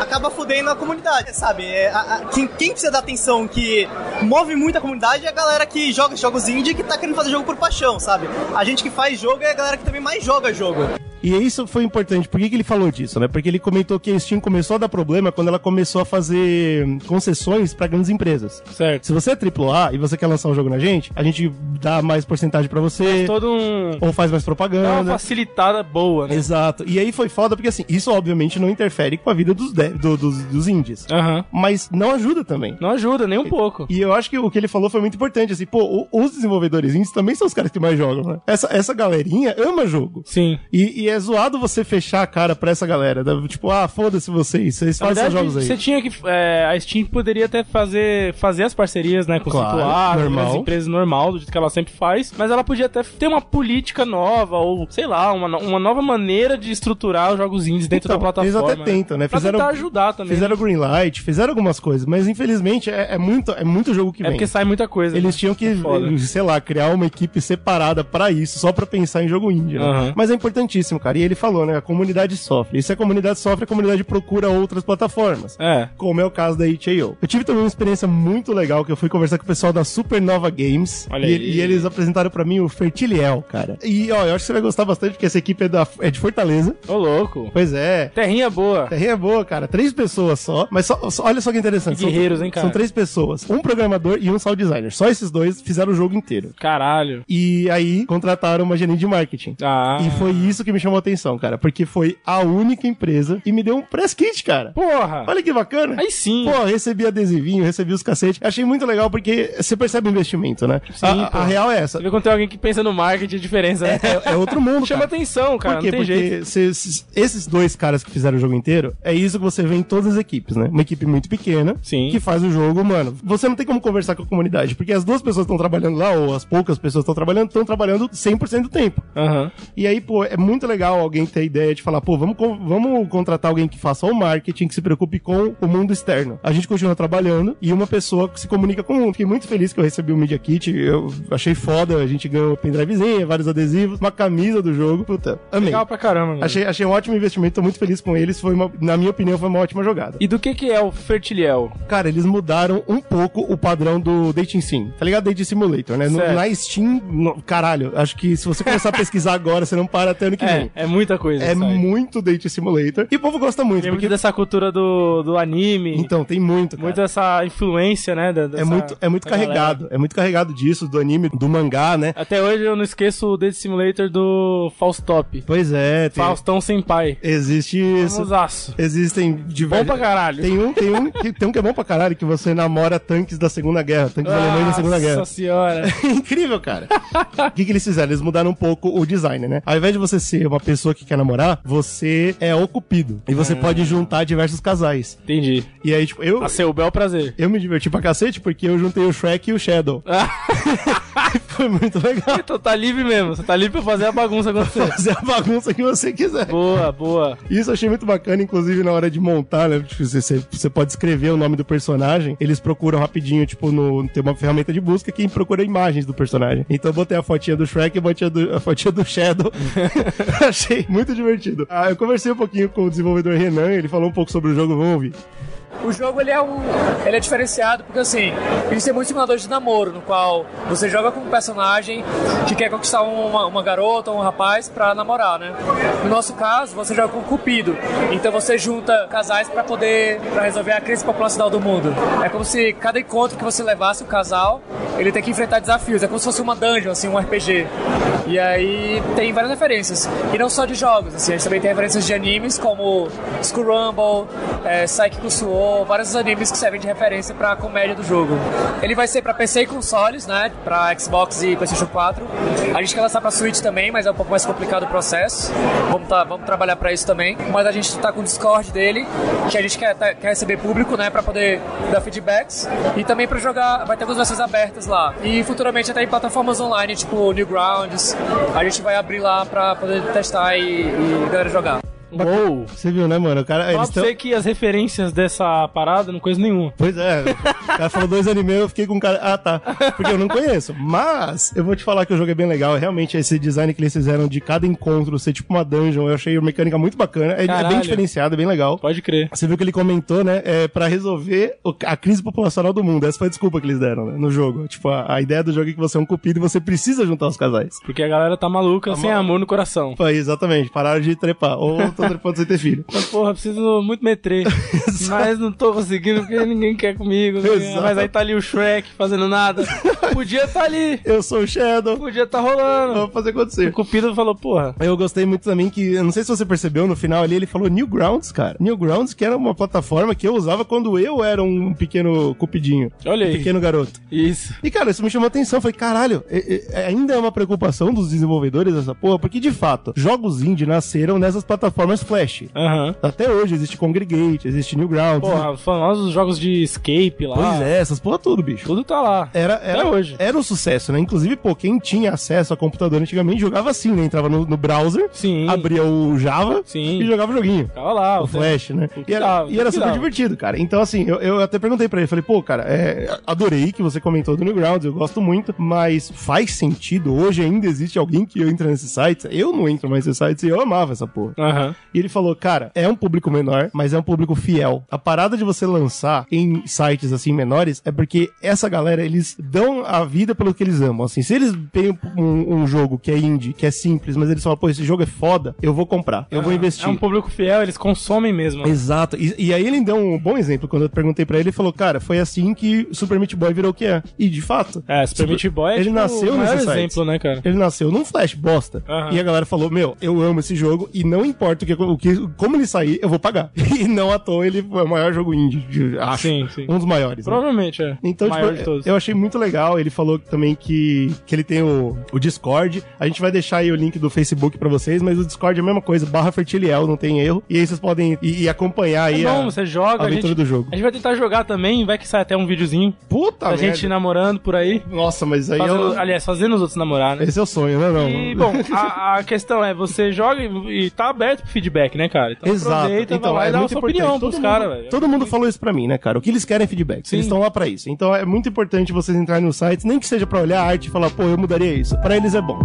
S7: acaba fudendo a comunidade, sabe? É, a- a- quem, quem precisa da atenção que move muito a comunidade é a galera que joga jogos indie que tá querendo fazer jogo por paixão, sabe? A gente que faz jogo é a galera que também mais joga jogo.
S2: E isso foi importante. Por que, que ele falou disso, né? Porque ele comentou que a Steam começou a dar problema quando ela começou a fazer hum, concessões pra grandes empresas.
S1: Certo.
S2: Se você é AAA e você quer lançar um jogo na gente, a gente dá mais porcentagem pra você,
S1: Todo um...
S2: ou faz mais
S1: dá uma
S2: propaganda.
S1: facilitada boa, né?
S2: Exato. E aí foi foda, porque assim, isso obviamente não interfere com a vida dos, dev- do- dos, dos indies.
S1: Aham.
S2: Mas não ajuda também.
S1: Não ajuda nem um pouco.
S2: E eu acho que o que ele falou foi muito importante, assim, pô, o- os desenvolvedores indies também são os caras que mais jogam, né? Essa, essa galerinha ama jogo.
S1: Sim.
S2: E, e é zoado você fechar a cara pra essa galera. né? Tipo, ah, foda-se vocês, vocês
S1: Na
S2: fazem seus
S1: verdade,
S2: jogos aí.
S1: você tinha que. é, a Steam poderia até fazer, fazer as parcerias, né? Com
S2: Claro,
S1: situar,
S2: normal.
S1: as empresas normal, do jeito que ela sempre faz. Mas ela podia até ter uma política nova, ou sei lá, uma, no- uma nova maneira de estruturar os jogos indies dentro
S2: Então,
S1: da plataforma.
S2: Eles até tentam, né?
S1: Pra tentar ajudar também. né?
S2: Fizeram green light, fizeram algumas coisas, mas infelizmente é, é muito, é muito jogo que
S1: é
S2: vem.
S1: porque sai muita coisa. É
S2: Eles tinham que, eh,
S1: foda.
S2: sei lá, criar uma equipe separada pra isso, só pra pensar em jogo indie, né?
S1: Aham.
S2: Mas é importantíssimo, cara. E ele falou, né? A comunidade sofre. E se a comunidade sofre, a comunidade procura outras plataformas.
S1: né?
S2: Como é o caso da HAO. Eu tive também uma experiência muito legal que eu fui conversar com o pessoal da Supernova Games.
S1: Olha
S2: e,
S1: aí.
S2: e eles apresentaram pra mim o Fertiliel, cara. E ó, eu acho que você vai gostar bastante, porque essa equipe é, da, é de Fortaleza.
S1: É. Ô, louco.
S2: Pois é.
S1: Terrinha boa.
S2: Terrinha é boa, cara. Três pessoas só. Mas só, só- olha só que interessante.
S1: Que guerreiros, hein, cara?
S2: São três pessoas. Um programador e um sound designer. Só esses dois fizeram o jogo inteiro.
S1: Caralho.
S2: E aí contrataram uma gerente de marketing.
S1: Ah.
S2: E foi isso que me chamou atenção, cara, porque foi a única empresa e me deu um press kit, cara.
S1: Porra!
S2: Olha que bacana.
S1: Aí sim.
S2: Pô, recebi adesivinho, recebi os cacete. Achei muito legal porque você percebe o investimento, né?
S1: Sim,
S2: a,
S1: pô.
S2: a real é essa.
S1: Você vê quando tem alguém que pensa no marketing, a diferença, né?
S2: É, é outro mundo,
S1: Chama
S2: cara.
S1: atenção, cara.
S2: Por quê?
S1: Não tem jeito.
S2: Porque cê- esses- esses dois caras que fizeram o jogo inteiro, é isso que você vê em todas as equipes, né? Uma equipe muito pequena
S1: Sim.
S2: que faz o jogo, mano. Você não tem como conversar com a comunidade, porque as duas pessoas estão trabalhando lá, ou as poucas pessoas estão trabalhando, estão trabalhando 100% do tempo.
S1: Aham.
S2: E aí, pô, é muito legal alguém ter a ideia de falar, pô, vamos, con- vamos contratar alguém que faça o marketing, que se preocupe com o mundo externo. A gente continua trabalhando e uma pessoa que se comunica com o mundo. Fiquei muito feliz que eu recebi o Media Kit, eu achei foda, a gente ganhou uma pendrivezinha, vários adesivos, uma camisa do jogo, puta, amei.
S1: Legal pra caramba, mano.
S2: Achei, achei um ótimo investimento, tô muito feliz com eles, foi uma- na minha opinião foi uma ótima jogada.
S1: E do que que é o Fertiliel?
S2: Cara, eles mudaram um pouco o padrão do Dating Sim. Tá ligado? Dating Simulator, né? No-
S1: Certo.
S2: na Steam, no- caralho, acho que se você começar a pesquisar agora, você não para até ano que vem.
S1: É, é muita coisa.
S2: É
S1: sabe?
S2: muito Date Simulator. E o povo gosta muito,
S1: Tem muito
S2: porque...
S1: dessa cultura do, do anime.
S2: Então, tem muito, cara.
S1: muito dessa influência, né? da-
S2: É
S1: dessa-
S2: muito, é muito
S1: da galera.
S2: carregado. É muito carregado disso, do anime, do mangá, né?
S1: Até hoje eu não esqueço o Dead Simulator do Faustop.
S2: Pois é, tem...
S1: Faustão sem pai.
S2: Existe isso.
S1: Famosaço.
S2: Existem
S1: Bom
S2: diversos...
S1: pra caralho.
S2: Tem um, tem, um que, tem um que é bom pra caralho, que você namora tanques da Segunda Guerra, tanques
S1: Ah,
S2: alemães da Segunda Guerra.
S1: Nossa senhora.
S2: É incrível, cara. O que, que eles fizeram? Eles mudaram um pouco o design, né? Ao invés de você ser uma pessoa que quer namorar, você é o cupido. E você pode juntar diversos casais.
S1: Hum. Entendi.
S2: E aí, tipo, eu,
S1: A seu bel prazer.
S2: eu me diverti pra cacete porque eu juntei o Shrek e o Shadow. Foi muito legal.
S1: Então tá livre mesmo. Você tá livre pra fazer a bagunça acontecer.
S2: Fazer a bagunça que você quiser.
S1: boa, boa.
S2: Isso eu achei muito bacana, inclusive na hora de montar, né? Tipo, Você, você- você pode escrever o nome do personagem, eles procuram rapidinho, tipo, no, tem uma ferramenta de busca que procura imagens do personagem. Então eu botei a fotinha do Shrek e botei a, do- a fotinha do Shadow. achei muito divertido. Ah, eu conversei um pouquinho com o desenvolvedor Renan, ele falou um pouco sobre o jogo, vamos ouvir.
S6: O jogo ele é um, ele é diferenciado porque assim, existem muitos simuladores de namoro no qual você joga com um personagem que quer conquistar uma, uma garota ou um rapaz pra namorar, né? No nosso caso, você joga com o Cupido, então você junta casais pra poder pra resolver a crise populacional do mundo. É como se cada encontro que você levasse o casal, ele tem que enfrentar desafios. É como se fosse uma dungeon, assim, um RPG. E aí tem várias referências. E não só de jogos, assim, a gente também tem referências de animes como School Rumble, é, Psyche Kusuo, vários animes que servem de referência pra comédia do jogo. Ele vai ser pra PC e consoles, né? Pra Xbox e PlayStation 4. A gente quer lançar pra Switch também, mas é um pouco mais complicado o processo. Vamos, tá- vamos trabalhar pra isso também. Mas a gente tá com o Discord dele, que a gente quer, tá- quer receber público, né? Pra poder dar feedbacks. E também pra jogar, vai ter algumas versões abertas lá. E futuramente até em plataformas online, tipo Newgrounds. A gente vai abrir lá pra poder testar e, e a galera jogar.
S1: Uou.
S2: Você viu, né, mano? O cara,
S1: Fala
S2: eles
S1: pra
S2: tão-
S1: você que as referências dessa parada eu não coisa nenhuma.
S2: Pois é, o cara falou dois anime, eu fiquei com cara. Ah, tá. Porque eu não conheço. Mas eu vou te falar que o jogo é bem legal. Realmente, esse design que eles fizeram de cada encontro ser tipo uma dungeon, eu achei a mecânica muito bacana. É, é bem
S1: Caralho.
S2: diferenciado, é bem legal.
S1: Pode crer.
S2: Você viu que ele comentou, né? É pra resolver o- a crise populacional do mundo. Essa foi a desculpa que eles deram né, no jogo. Tipo, a, a ideia do jogo é que você é um cupido e você precisa juntar os casais.
S1: Porque a galera tá maluca, sem amor no coração.
S2: Foi, exatamente. Pararam de trepar. Ou tô trepando sem ter filho.
S1: Mas, Então, porra, preciso muito meter. mas não tô conseguindo porque ninguém quer comigo. ninguém-
S2: Exato.
S1: Mas aí tá ali o Shrek fazendo nada. Podia tá ali.
S2: Eu sou o Shadow.
S1: Podia tá rolando.
S2: Vou fazer acontecer.
S1: O Cupido falou, porra.
S2: Eu gostei muito também que, eu não sei se você percebeu, no final ali ele falou Newgrounds, cara. Newgrounds que era uma plataforma que eu usava quando eu era um pequeno cupidinho.
S1: Olha
S2: Um
S1: aí.
S2: pequeno garoto.
S1: Isso.
S2: E, cara, isso me chamou atenção. Falei, caralho, é- é- ainda é uma preocupação dos desenvolvedores essa porra, porque, de fato, jogos indie nasceram nessas plataformas Flash.
S1: Aham.
S2: Até hoje existe Congregate, existe Newgrounds.
S1: Porra, os famosos jogos de escape lá.
S2: Pois é, essas porra tudo, bicho.
S1: Tudo tá lá.
S2: Era, era,
S1: Até hoje.
S2: era um sucesso, né? Inclusive, pô, quem tinha acesso a computador antigamente jogava assim, né? Entrava no, no browser,
S1: Sim.
S2: abria o Java
S1: Sim.
S2: e jogava o joguinho.
S1: Tava lá.
S2: o Flash, né?
S1: o que
S2: E era,
S1: dava,
S2: e
S1: o
S2: era
S1: que
S2: super
S1: dava.
S2: divertido, cara. Então, assim, eu, eu até perguntei pra ele, falei, pô, cara, é, adorei que você comentou do Newgrounds, eu gosto muito, mas faz sentido? Hoje ainda existe alguém que entra nesses sites? Eu não entro mais nesses sites e eu amava essa porra.
S1: Aham.
S2: E ele falou, cara, é um público menor, mas é um público fiel. A parada de você lançar em sites assim menores é porque essa galera, eles dão a vida pelo que eles amam. Assim, se eles têm um, um jogo que é indie, que é simples, mas eles falam, pô, esse jogo é foda, eu vou comprar, eu vou investir.
S1: É um público fiel, eles consomem mesmo. né?
S2: Exato. E, e aí ele deu um bom exemplo. Quando eu perguntei pra ele, ele falou, cara, foi assim que Super Meat Boy virou o que é. E de fato.
S1: É, Super Meat Boy é
S2: Ele
S1: tipo,
S2: nasceu
S1: o maior
S2: nesse site.
S1: exemplo, né, cara?
S2: Ele nasceu num flash bosta.
S1: Aham.
S2: E a galera falou: Meu, eu amo esse jogo e não importa o que, o que como ele sair, eu vou pagar. E não à toa ele foi o maior jogo indie, de- acho.
S1: Sim, sim.
S2: Um dos maiores. né?
S1: Provavelmente, é.
S2: Então,
S1: Maior de
S2: tipo,
S1: todos.
S2: eu achei muito legal. Ele falou também que, que ele tem o, o Discord. A gente vai deixar aí o link do Facebook pra vocês, mas o Discord é a mesma coisa, barra Fertiliel, não tem erro. E aí vocês podem ir, ir acompanhar aí
S1: É bom,
S2: a,
S1: você joga,
S2: a
S1: a
S2: aventura
S1: gente-
S2: do jogo.
S1: A gente vai tentar jogar também, vai que sai até um videozinho
S2: Puta
S1: da
S2: merda.
S1: gente namorando por aí.
S2: Nossa, mas aí
S1: Fazendo-
S2: eu...
S1: Aliás, fazendo os outros namorar, né?
S2: Esse é o sonho, né? Não.
S1: E, bom, a, a questão é, você joga e, e tá aberto pro feedback, né, cara? Então
S2: Exato.
S1: aproveita, vai lá e dá a sua opinião pros
S2: mundo-
S1: caras, velho.
S2: Todo mundo falou isso pra mim, né, cara? O que eles querem é feedback.
S1: Sim.
S2: Eles estão lá pra isso. Então é muito importante vocês entrarem nos sites, nem que seja pra olhar a arte e falar, pô, eu mudaria isso. Pra eles é bom.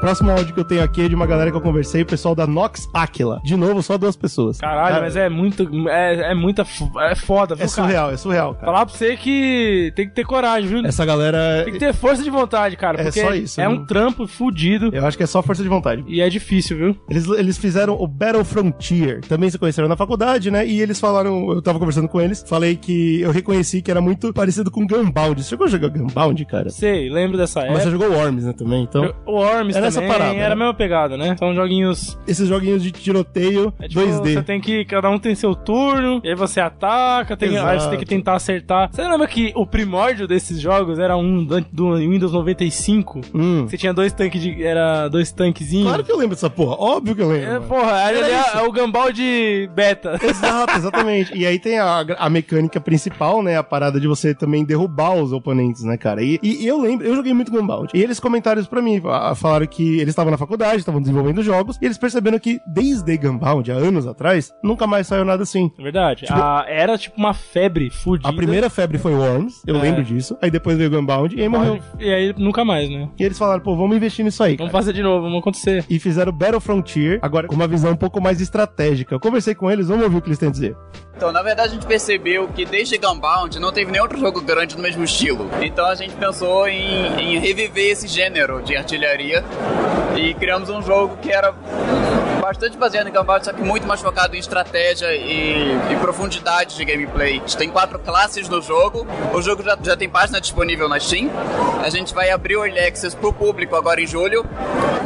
S2: Próximo áudio que eu tenho aqui é de uma galera que eu conversei, o pessoal da Nox Aquila. De novo, só duas pessoas.
S1: Caralho,
S2: Cara,
S1: mas é muito. É, é muita. f- É foda, viu, cara?
S2: É surreal, é surreal, cara.
S1: Falar pra você que tem que ter coragem, viu?
S2: Essa galera.
S1: Tem que ter força de vontade, cara.
S2: É
S1: porque
S2: só isso,
S1: É
S2: né?
S1: um trampo fudido
S2: Eu acho que é só força de vontade.
S1: e é difícil, viu?
S2: Eles, eles fizeram o Battle Frontier. Também se conheceram na faculdade, né? E eles falaram. Eu tava conversando com eles. Falei que eu reconheci que era muito parecido com Gunbound. Você chegou a jogar Gunbound, cara?
S1: Sei, lembro dessa
S2: Mas você
S1: época.
S2: jogou Worms, né? Também. Então,
S1: O Worms também
S2: Era essa parada, né?
S1: era a mesma pegada, né? São joguinhos
S2: esses joguinhos de tiroteio
S1: É tipo, Você
S2: 2D.
S1: tem que. Cada um tem seu turno, e aí você ataca, tem, aí você
S2: Exato.
S1: tem que tentar acertar. Você lembra que o primórdio desses jogos era um do, do Windows 95?
S2: Hum.
S1: Você tinha dois tanques de. Era dois tanquezinhos.
S2: Claro que eu lembro dessa porra. Óbvio que eu lembro.
S1: É,
S2: mano.
S1: porra, era,
S2: Era
S1: ali
S2: isso.
S1: é o gambal de beta.
S2: Exato, exatamente. E aí tem a, a mecânica principal, né? A parada de você também derrubar os oponentes, né, cara? E, e eu lembro, eu joguei muito Gunbound. E eles comentaram isso pra mim. fa- Falaram que eles estavam na faculdade, estavam desenvolvendo jogos, e eles perceberam que desde Gunbound, há anos atrás, nunca mais saiu nada assim.
S1: É Verdade. A- era tipo uma febre fudida.
S2: A primeira febre foi Worms, eu
S1: É.
S2: lembro disso. Aí depois veio Gunbound e aí morreu.
S1: E aí nunca mais, né?
S2: E eles falaram, pô, vamos investir nisso aí.
S1: Vamos
S2: Cara.
S1: fazer de novo, vamos acontecer.
S2: E fizeram Battle Frontier, agora com uma visão um pouco mais estratégica. Eu conversei com eles, vamos ouvir o que eles têm a dizer.
S8: Então, na verdade, a gente percebeu que desde Gunbound não teve nenhum outro jogo grande no mesmo estilo. Então, a gente pensou em, em reviver esse gênero de artilharia e criamos um jogo que era bastante baseado em Gunbound, só que muito mais focado em estratégia e, e profundidade de gameplay. A gente tem quatro classes no jogo, o jogo já, já tem página disponível na Steam. A gente vai abrir o Early Access pro público agora em julho,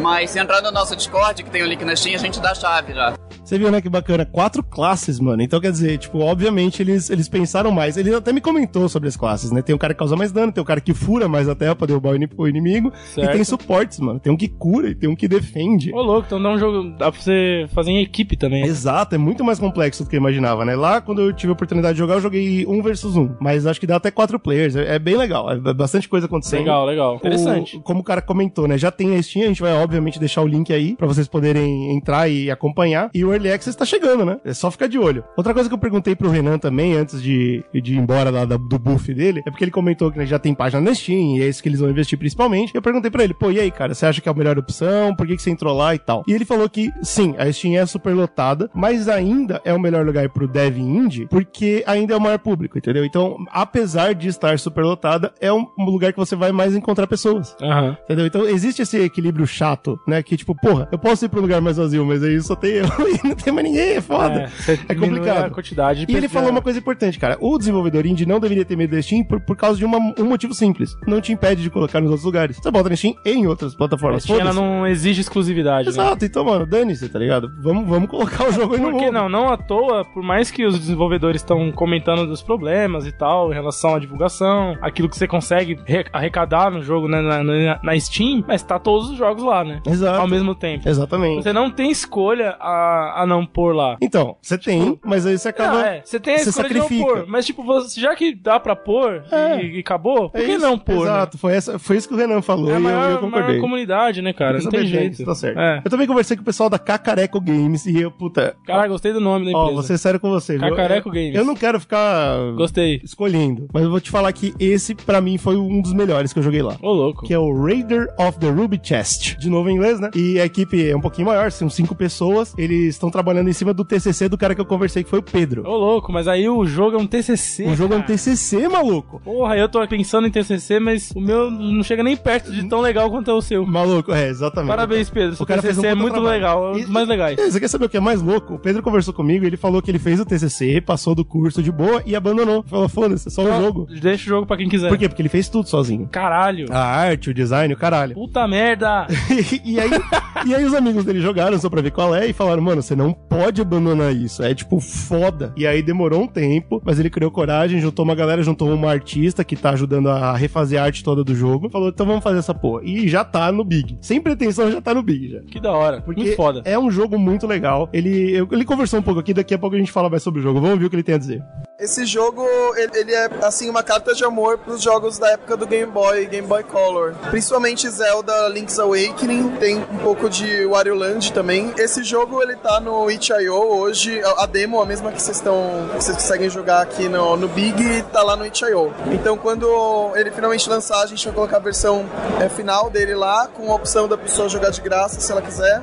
S8: mas se entrar no nosso Discord, que tem o link na Steam, a gente dá a chave já.
S2: Você viu, né, que bacana? Quatro classes, mano. Então, quer dizer, tipo, obviamente eles, eles pensaram mais. Ele até me comentou sobre as classes, né? Tem um cara que causa mais dano, tem um cara que fura mais a terra pra derrubar o ini- o inimigo.
S1: Certo.
S2: E tem suportes, mano. Tem um que cura e tem um que defende.
S1: Ô, louco, então dá um jogo. Dá pra você fazer em equipe também.
S2: Exato, é muito mais complexo do que eu imaginava, né? Lá, quando eu tive a oportunidade de jogar, eu joguei um versus um. Mas acho que dá até quatro players. É é bem legal. É bastante coisa acontecendo.
S1: Legal, legal. Interessante.
S2: O- como o cara comentou, né? Já tem a Steam, a gente vai obviamente deixar o link aí pra vocês poderem entrar e acompanhar. E o Early Access tá chegando, né? É só ficar de olho. Outra coisa que eu perguntei pro Renan também, antes de, de ir embora lá da- do buff dele, é porque ele comentou que né, já tem página na Steam e é isso que eles vão investir principalmente. Eu perguntei pra ele, pô, e aí, cara, você acha que é a melhor opção? Por que, que você entrou lá e tal? E ele falou que sim, a Steam é super lotada, mas ainda é o melhor lugar pro dev indie, porque ainda é o maior público, entendeu? Então, apesar de estar super lotada, é um um lugar que você vai mais encontrar pessoas.
S1: Aham.
S2: Entendeu? Então existe esse equilíbrio chato, né? Que tipo, porra, eu posso ir pra um lugar mais vazio, mas aí só tem eu e não tem mais ninguém, é foda.
S1: você
S2: É,
S1: diminui A
S2: complicado.
S1: quantidade de
S2: E ele
S1: pessoas.
S2: falou uma coisa importante, cara. O desenvolvedor indie não deveria ter medo da Steam por, por causa de uma- um motivo simples. Não te impede de colocar nos outros lugares. Você bota na Steam e em outras
S1: A
S2: plataformas.
S1: Steam, ela
S2: Foda-se.
S1: não exige exclusividade, né?
S2: Exato, então, mano, dane-se, tá ligado? Vamos, vamos colocar o jogo aí no
S1: Por que
S2: mundo.
S1: não? Não à toa, por mais que os desenvolvedores estão comentando dos problemas e tal, em relação à divulgação, aquilo que você consegue re- arrecadar no jogo né, na, na- na Steam, mas tá todos os jogos lá, né?
S2: Exato.
S1: Ao mesmo tempo.
S2: Exatamente.
S1: Você não tem escolha a, a, a não pôr lá?
S2: Então, você tem, mas aí você acaba.
S1: Não, é, você tem a
S2: você
S1: escolha de não
S2: sacrifica.
S1: pôr, mas tipo, você- já que dá pra pôr
S2: É.
S1: e, e acabou, por
S2: É
S1: que
S2: isso,
S1: não pôr? né?
S2: Exato, foi, essa, foi isso que o Renan falou
S1: É a
S2: e eu- eu,
S1: maior, maior
S2: concordei.
S1: comunidade, né, cara? Não
S2: Pensa
S1: tem
S2: bem,
S1: jeito.
S2: Tá certo.
S1: É.
S2: Eu também conversei com o pessoal da Cacareco Games e eu, puta.
S1: Caralho, gostei do nome da
S2: É. Ó,
S1: empresa.
S2: vou ser sério com você, viu?
S1: Cacareco
S2: Eu-
S1: Games.
S2: Eu não quero ficar
S1: Gostei.
S2: escolhendo, mas eu vou te falar que esse, pra mim, foi um dos melhores que eu joguei lá.
S1: Ô, louco.
S2: Que é o Raider of the Ruby Chest. De novo em inglês, né? E a equipe é um pouquinho maior, são cinco pessoas. Eles estão trabalhando em cima do TCC do cara que eu conversei, que foi o Pedro.
S1: Ô, louco, mas aí o jogo é um TCC.
S2: O jogo é um
S1: cara.
S2: TCC, maluco.
S1: Porra, eu tô pensando em TCC, mas o meu não chega nem perto de tão legal quanto é o seu.
S2: Maluco, é, exatamente.
S1: Parabéns, Pedro. Seu
S2: O cara
S1: TCC
S2: fez um
S1: é
S2: puta
S1: muito
S2: trabalho.
S1: legal, é um dos
S2: E-
S1: mais legais.
S2: É, você quer saber o que é mais louco? O Pedro conversou comigo, ele falou que ele fez o TCC, passou do curso de boa e abandonou. Falou, foda-se, é só um jogo.
S1: Deixa o jogo pra quem quiser.
S2: Por quê? Porque ele Ah. fez tudo sozinho.
S1: Caralho.
S2: A arte, o design, o caralho.
S1: Puta merda.
S2: e, aí, e aí os amigos dele jogaram só pra ver qual é e falaram, mano, você não pode abandonar isso. É tipo foda. E aí demorou um tempo, mas ele criou coragem, juntou uma galera, juntou uma artista que tá ajudando a refazer a arte toda do jogo. Falou, então vamos fazer essa porra. E já tá no Big. Sem pretensão, já tá no Big já.
S1: Que da hora.
S2: Porque
S1: Muito foda.
S2: é um jogo muito legal. Ele, eu- ele conversou um pouco aqui, daqui a pouco a gente fala mais sobre o jogo. Vamos ver o que ele tem a dizer.
S9: Esse jogo, ele, ele é, assim, uma carta de amor pros jogos da época do Game Boy e Game Boy Color. Principalmente Zelda Link's Awakening, tem um pouco de Wario Land também. Esse jogo, ele tá no itch.io hoje. A, a demo, a mesma que vocês estão... que vocês conseguem jogar aqui no, no Big, tá lá no itch.io. Então, quando ele finalmente lançar, a gente vai colocar a versão é, final dele lá, com a opção da pessoa jogar de graça, se ela quiser.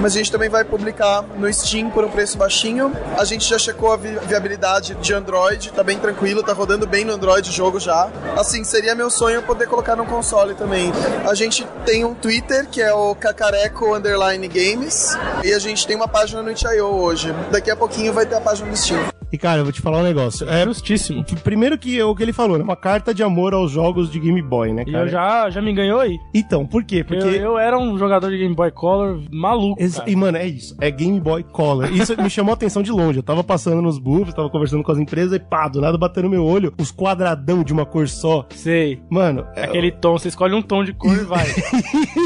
S9: Mas a gente também vai publicar no Steam por um preço baixinho. A gente já checou a vi- viabilidade de Android, tá bem tranquilo, tá rodando bem no Android o jogo já. Assim, seria meu sonho poder colocar no console também. A gente tem um Twitter, que é o Cacareco Underline Games, e a gente tem uma página no itch.io hoje. Daqui a pouquinho vai ter a página no Steam.
S2: E cara, eu vou te falar um negócio. É,
S1: Justíssimo.
S2: primeiro que o que ele falou, né? Uma carta de amor aos jogos de Game Boy, né,
S1: E
S2: cara?
S1: eu já, já me ganhou aí.
S2: Então, por quê? Porque.
S1: Eu, eu era um jogador de Game Boy Color maluco.
S2: Ex-
S1: cara.
S2: E, mano, é isso. É Game Boy Color. Isso me chamou a atenção de longe. Eu tava passando nos buffs, tava conversando com as empresas e pá, do nada bateu no meu olho os quadradão de uma cor só.
S1: Sei.
S2: Mano, é,
S1: Aquele tom, você escolhe um tom de cor e vai.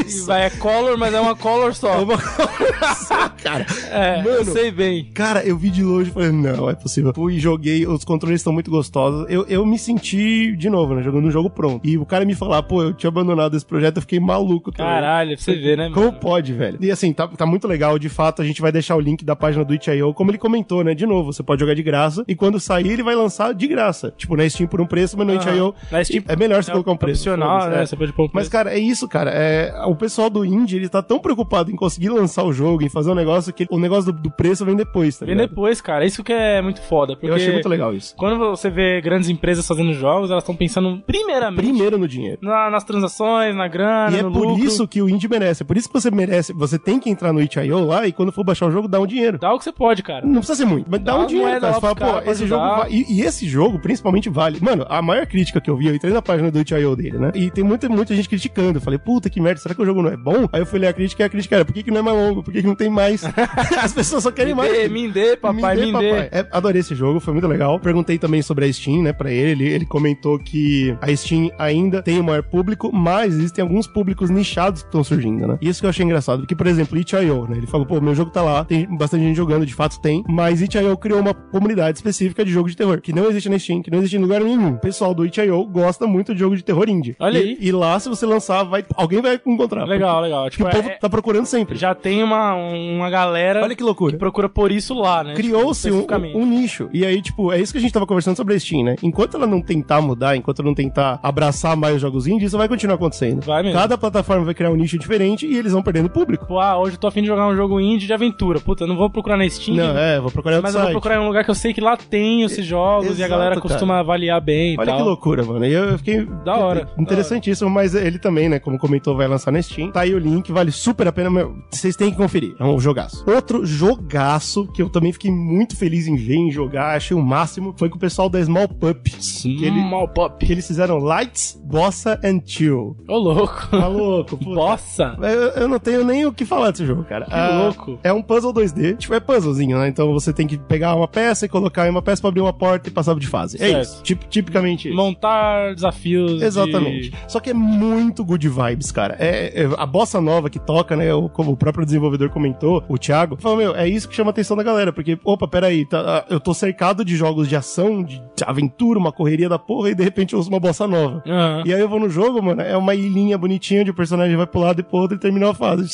S1: e vai, é color, mas é uma color só.
S2: é uma cor só, cara.
S1: É, eu
S2: Mano,
S1: sei bem.
S2: Cara, eu vi de longe e falei, não, é possível. Fui e joguei, os controles estão muito gostosos. Eu, eu me senti, de novo, né, jogando um jogo pronto. E o cara me falar, pô, eu tinha abandonado esse projeto, eu fiquei maluco. também.
S1: Caralho, pra você ver, né,
S2: Como
S1: mano?
S2: pode, velho? E assim, tá, tá muito legal. De fato, a gente vai deixar o link da página do itch.io, como ele comentou, né? De novo, você pode jogar de graça. E quando sair, ele vai lançar de graça. Tipo, na Steam por um preço, mas no itch.io
S1: Na Steam
S2: é melhor você
S1: é
S2: colocar um preço.
S1: opcional,
S2: foda-se,
S1: né, você pode pôr um
S2: Mas,
S1: preço.
S2: cara, é isso, cara. É, o pessoal do indie, ele tá tão preocupado em conseguir lançar o jogo, em fazer um negócio que o negócio do, do preço vem depois, tá
S1: Vem
S2: ligado?
S1: depois, cara. Isso que é muito foda. Porque
S2: Eu achei muito legal isso.
S1: Quando você vê grandes empresas fazendo jogos, elas estão pensando primeiramente
S2: Primeiro no dinheiro.
S1: na- nas transações, na grana,
S2: E é
S1: no
S2: por
S1: lucro.
S2: isso que o indie merece. É por isso que você merece. Você tem que entrar no itch.io lá e quando for baixar o jogo, dá um dinheiro.
S1: Dá o que você pode, cara.
S2: Não precisa ser muito, mas dá,
S1: Dá
S2: um
S1: uma
S2: dinheiro,
S1: moeda
S2: cara.
S1: lá
S2: Você fala,
S1: pros caras
S2: pô,
S1: pra
S2: esse
S1: ajudar.
S2: jogo vai... e, e esse jogo, principalmente, vale. Mano, a maior crítica que eu vi, eu entrei na página do itch.io dele, né? E tem muita, muita gente criticando. Eu falei, puta que merda, será que o jogo não é bom? Aí eu fui ler a crítica e a crítica era, por que, que não é mais longo? Por que, que não tem mais? As pessoas só querem
S1: Me
S2: mais.
S1: dê, me dê, papai, me dê.
S2: É, adorei esse jogo, foi muito legal. Perguntei também sobre a Steam, né, pra ele. Ele, ele comentou que a Steam ainda tem o maior público, mas existem alguns públicos nichados que estão surgindo, né? Isso que eu achei engraçado, porque, por exemplo, itch.io, né? Ele falou, pô, meu jogo tá lá, tem bastante gente jogando, de fato tem, mas itch.io criou uma comunidade específica de jogo de terror, que não existe na Steam, que não existe em lugar nenhum. O pessoal do itch.io gosta muito de jogo de terror indie.
S1: Olha
S2: E-
S1: aí.
S2: E, lá, se você lançar, vai, alguém vai encontrar.
S1: Legal,
S2: porque-
S1: legal.
S2: Que
S1: Tipo,
S2: o povo
S1: é-
S2: tá procurando sempre.
S1: já tem uma, uma galera
S2: Olha que loucura.
S1: que procura por isso lá, né?
S2: Criou-se
S1: Tipo,
S2: um,
S1: especificamente.
S2: um nicho. E aí, tipo, é isso que a gente tava conversando sobre a Steam, né? Enquanto ela não tentar mudar, enquanto ela não tentar abraçar mais os jogos indie, isso vai continuar acontecendo.
S1: Vai mesmo.
S2: Cada plataforma vai criar um nicho diferente e eles vão perdendo público.
S1: Tipo, ah, hoje eu tô afim de jogar um jogo indie de aventura. Puta, eu não vou procurar na Steam.
S2: Não, é, vou procurar outro
S1: Mas eu
S2: site.
S1: vou procurar em um lugar que eu sei que lá tem esses jogos e a
S2: Exato,
S1: galera costuma avaliar bem e
S2: Olha
S1: tal.
S2: que loucura, mano. E eu eu fiquei.
S1: Da hora,
S2: Interessantíssimo, mas ele também, né? Como comentou, vai lançar na Steam. Tá aí o link, vale super a pena. meu, Vocês têm que conferir. É um jogaço. Outro jogaço que eu também fiquei muito feliz em ver em jogar, achei o máximo, foi com o pessoal da Small Pup. Que, ele-
S1: Small pop.
S2: que eles fizeram Lights, Bossa and Chill.
S1: Ô, louco.
S2: Tá louco, puta.
S1: Bossa.
S2: Eu, eu não tenho nem o que falar desse jogo, cara.
S1: Que
S2: Ah,
S1: louco.
S2: É um puzzle 2D. Tipo, é puzzlezinho, né? Então você tem que pegar uma peça e colocar em uma peça pra abrir uma porta e passar de fase. É
S1: Certo.
S2: isso. Tip- tipicamente isso.
S1: Montar desafios.
S2: Exatamente.
S1: de-
S2: Só que é muito good vibes, cara. É, é- a bossa nova que toca, né? o- Como o próprio desenvolvedor comentou, o Thiago, falou: Meu, é isso que chama a atenção da galera. Porque, opa, peraí, tá, eu tô cercado de jogos de ação, de aventura, uma correria da porra, e de repente eu uso uma bossa nova.
S1: Aham.
S2: E aí eu vou no jogo, mano, é uma ilhinha bonitinha onde o personagem vai pro lado e pro outro e terminou a fase.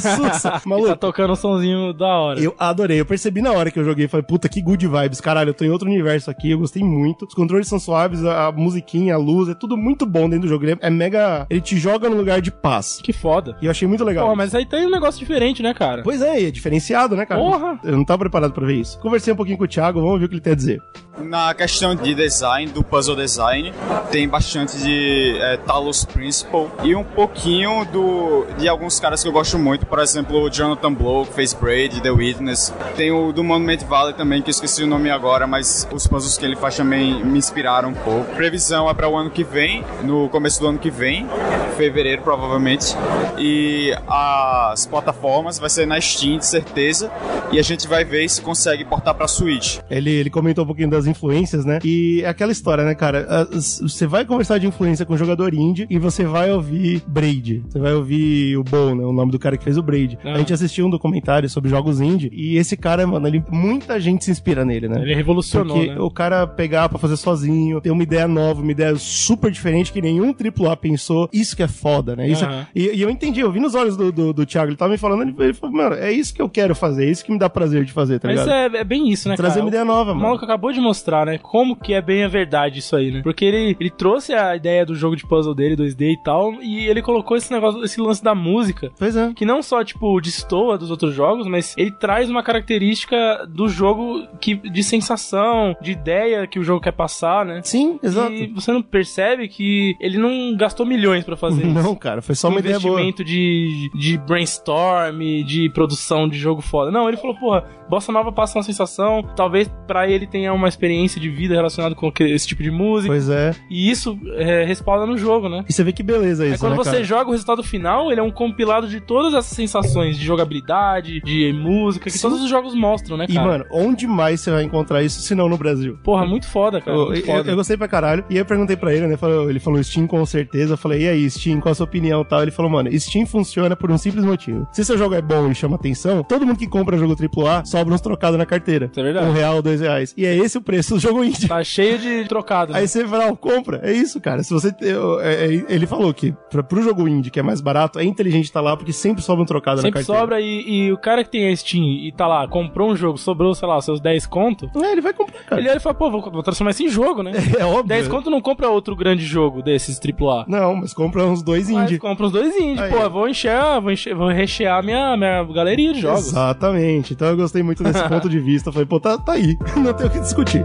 S2: sussa.
S1: E tá
S2: Maluco.
S1: tocando um sonzinho da hora.
S2: Eu adorei, eu percebi na hora que eu joguei, falei, puta, que good vibes, caralho, eu tô em outro universo aqui, eu gostei muito. Os controles são suaves, a a musiquinha, a luz, é tudo muito bom dentro do jogo. Ele é- é mega. Ele te joga num lugar de paz.
S1: Que foda.
S2: E eu achei muito legal.
S1: Pô, mas aí tem um negócio diferente, né, cara?
S2: Pois é, e é diferenciado, né, cara?
S1: Porra!
S2: Eu não tava preparado pra ver isso. Conversei um pouquinho com o Thiago, vamos ver o que ele tem a dizer.
S7: Na questão de design, do puzzle design, tem bastante de é, Talos Principle e um pouquinho do, de alguns caras que eu gosto muito, por exemplo, o Jonathan Blow, que fez Braid, The Witness. Tem o do Monument Valley também, que eu esqueci o nome agora, mas os puzzles que ele faz também me inspiraram um pouco. Previsão é para o ano que vem, no começo do ano que vem, fevereiro provavelmente. E as plataformas vai ser na Steam, de certeza, e a gente vai ver se consegue portar para Switch.
S2: Ele, ele comentou um pouquinho das influências, né? E é aquela história, né, cara? Ah, s- Você vai conversar de influência com um jogador indie e você vai ouvir Braid. Você vai ouvir o Bom, né? O nome do cara que fez o Braid.
S1: Ah.
S2: A gente assistiu um documentário sobre jogos indie e esse cara, mano, ele, muita gente se inspira nele, né?
S1: Ele revolucionou,
S2: Porque
S1: né?
S2: o cara pegar pra fazer sozinho, ter uma ideia nova, uma ideia super diferente que nenhum AAA pensou, isso que é foda, né? Isso é-
S1: Aham.
S2: e, e eu entendi, eu vi nos olhos do, do, do Thiago, ele tava me falando, ele, ele falou, mano, é isso que eu quero fazer, é isso que me dá prazer de fazer, tá
S1: Mas
S2: ligado?
S1: é, é bem isso, né,
S2: Trazer
S1: cara?
S2: uma ideia nova,
S1: O
S2: mano.
S1: maluco acabou de mostrar, né? Como que é bem a verdade isso aí, né? Porque ele, ele trouxe a ideia do jogo de puzzle dele, 2D e tal, e ele colocou esse negócio, esse lance da música,
S2: Pois é.
S1: que não só, tipo, destoa dos outros jogos, mas ele traz uma característica do jogo que, de sensação, de ideia que o jogo quer passar, né?
S2: Sim, exato.
S1: E você não percebe que ele não gastou milhões pra fazer isso.
S2: Não, cara, foi só uma ideia boa.
S1: investimento de, de brainstorm, de produção de jogo foda. Não, ele falou, porra, Bossa Nova passa uma sensação, talvez pra ele tenha uma experiência de vida relacionada com aquele- esse tipo de música,
S2: Pois é.
S1: e isso é, respalda no jogo, né?
S2: E você vê que beleza isso,
S1: é quando
S2: né,
S1: você
S2: cara?
S1: joga o resultado final, ele é um compilado de todas essas sensações de jogabilidade, de música, que
S2: Sim.
S1: todos os jogos mostram, né,
S2: E,
S1: cara?
S2: mano, onde mais você vai encontrar isso se não no Brasil?
S1: Porra, muito foda, cara.
S2: Eu,
S1: muito
S2: eu-
S1: foda.
S2: eu gostei pra caralho. E eu perguntei pra ele, né? falou- ele falou Steam com certeza. Eu falei, e aí, Steam, qual a sua opinião e tal? Ele falou, mano, Steam funciona por um simples motivo. Se seu jogo é bom e chama atenção, todo mundo que compra jogo AAA sobra uns trocados na carteira.
S1: Isso é verdade.
S2: Um real, dois reais. E é esse o preço do jogo indie.
S1: Tá cheio de trocado. né?
S2: Aí você fala, "Ah, compra. É isso, cara. Se você. eu- é- é- ele falou que pra, pro jogo indie, que é mais barato, é inteligente estar lá porque sempre sobra um trocado
S1: Sempre
S2: na carteira.
S1: sobra e, e o cara que tem a Steam e tá lá, comprou um jogo, sobrou, sei lá, seus 10 conto,
S2: É, ele vai comprar, cara.
S1: ele olha e fala, pô, vou, vou transformar isso em jogo, né?
S2: É óbvio.
S1: 10 conto não compra outro grande jogo desses AAA.
S2: Não, mas compra uns dois
S1: Mas
S2: indie.
S1: compra os dois indie,
S2: Aí.
S1: pô, vou encher, vou, encher, vou rechear minha, minha galeria de jogos.
S2: Exatamente. Então eu gostei muito desse ponto de vista. Falei, pô, tá, tá aí. Não tem o que discutir.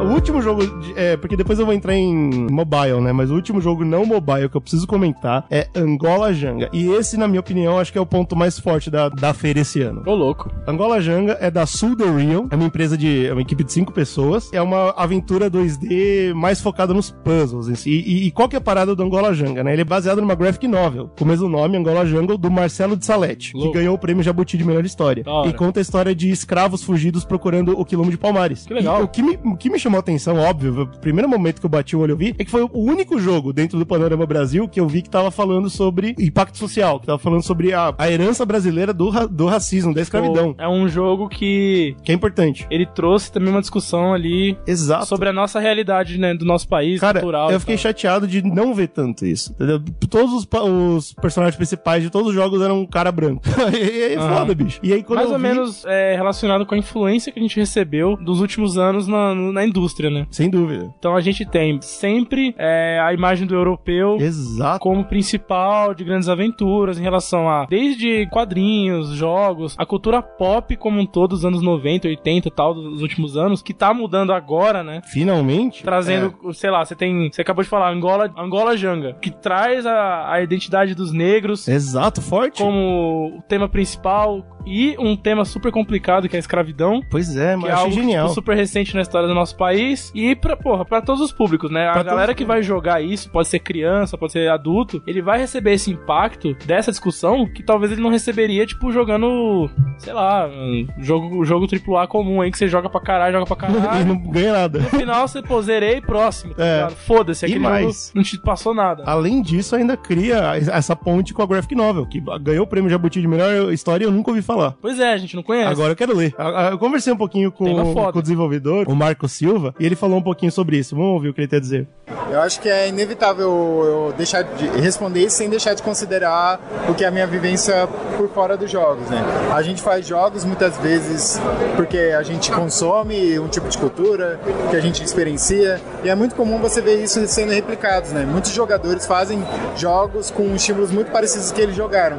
S2: O último jogo, de- é, porque depois eu vou entrar em mobile, né? Mas o último jogo não mobile que eu preciso comentar é Angola Janga. E esse, na minha opinião, acho que é o ponto mais forte da, da feira esse ano.
S1: Ô, louco.
S2: Angola Janga é da Sul The Real, é uma empresa de. é uma equipe de cinco pessoas. É uma aventura 2D mais focada nos puzzles em si. E, e qual que é a parada do Angola Janga, né? Ele é baseado numa graphic novel, com o mesmo nome, Angola Jungle, do Marcelo de Salete,
S1: Louco.
S2: que ganhou o prêmio Jabuti de melhor história.
S1: Da hora.
S2: E conta a história de escravos fugidos procurando o quilombo de Palmares.
S1: Que legal.
S2: E o, que me, o que me chamou a atenção, óbvio, o primeiro momento que eu bati o olho e eu vi, é que foi o único jogo dentro do Panorama Brasil que eu vi que tava falando sobre impacto social, que tava falando sobre a, a herança brasileira do, ra- do racismo, da escravidão
S1: Pô, É um jogo que
S2: que é importante.
S1: ele trouxe também uma discussão ali
S2: Exato.
S1: sobre a nossa realidade, né, do nosso país,
S2: Cara,
S1: cultural.
S2: eu
S1: e
S2: fiquei
S1: tal.
S2: chateado de não ver tanto isso. entendeu? Todos os, pa- os personagens principais de todos os jogos eram um cara branco. e é
S1: Aham.
S2: foda, bicho. E aí, quando
S1: Mais
S2: eu
S1: ou
S2: vi-
S1: menos é, relacionado com a influência que a gente recebeu dos últimos anos na, na indústria, indústria, né?
S2: Sem dúvida.
S1: Então a gente tem sempre é, a imagem do europeu
S2: Exato.
S1: como principal de grandes aventuras em relação a desde quadrinhos, jogos, a cultura pop como um todo dos anos 90, 80 e tal, dos últimos anos, que tá mudando agora, né?
S2: Finalmente. É.
S1: Trazendo, sei lá, você tem. Você acabou de falar, Angola, Angola Janga, que traz a, a identidade dos negros
S2: É. Exato, forte.
S1: como o tema principal e um tema super complicado que é a escravidão.
S2: Pois é,
S1: Que
S2: mas
S1: é
S2: eu achei
S1: algo
S2: genial.
S1: tipo, super recente na história do nosso país. E pra, porra, pra todos os públicos, né?
S2: Pra
S1: a
S2: todos
S1: galera
S2: os
S1: que vai jogar isso, pode ser criança, pode ser adulto, ele vai receber esse impacto dessa discussão que talvez ele não receberia, tipo, jogando, sei lá, um jogo, jogo AAA comum aí que você joga pra caralho, joga pra
S2: E
S1: caralho.
S2: não ganha nada.
S1: No final você pô, zerei próximo, tá
S2: É.
S1: ligado? Foda-se,
S2: E
S1: aquele
S2: mais?
S1: jogo não te passou nada.
S2: Além disso, ainda cria essa ponte com a Graphic Novel, que ganhou o prêmio Jabuti de melhor história e eu nunca ouvi falar.
S1: Pois é, a gente não conhece.
S2: Agora eu quero ler. A- a- Eu conversei um pouquinho com,
S1: Tem uma foto.
S2: com o desenvolvedor, o Marco Silva, e ele falou um pouquinho sobre isso. Vamos ouvir o que ele tem a dizer.
S10: Eu acho que é inevitável eu deixar de responder sem deixar de considerar o que é a minha vivência por fora dos jogos, né? A gente faz jogos muitas vezes porque a gente consome um tipo de cultura que a gente experiencia e é muito comum você ver isso sendo replicado, né? Muitos jogadores fazem jogos com estímulos muito parecidos que eles jogaram.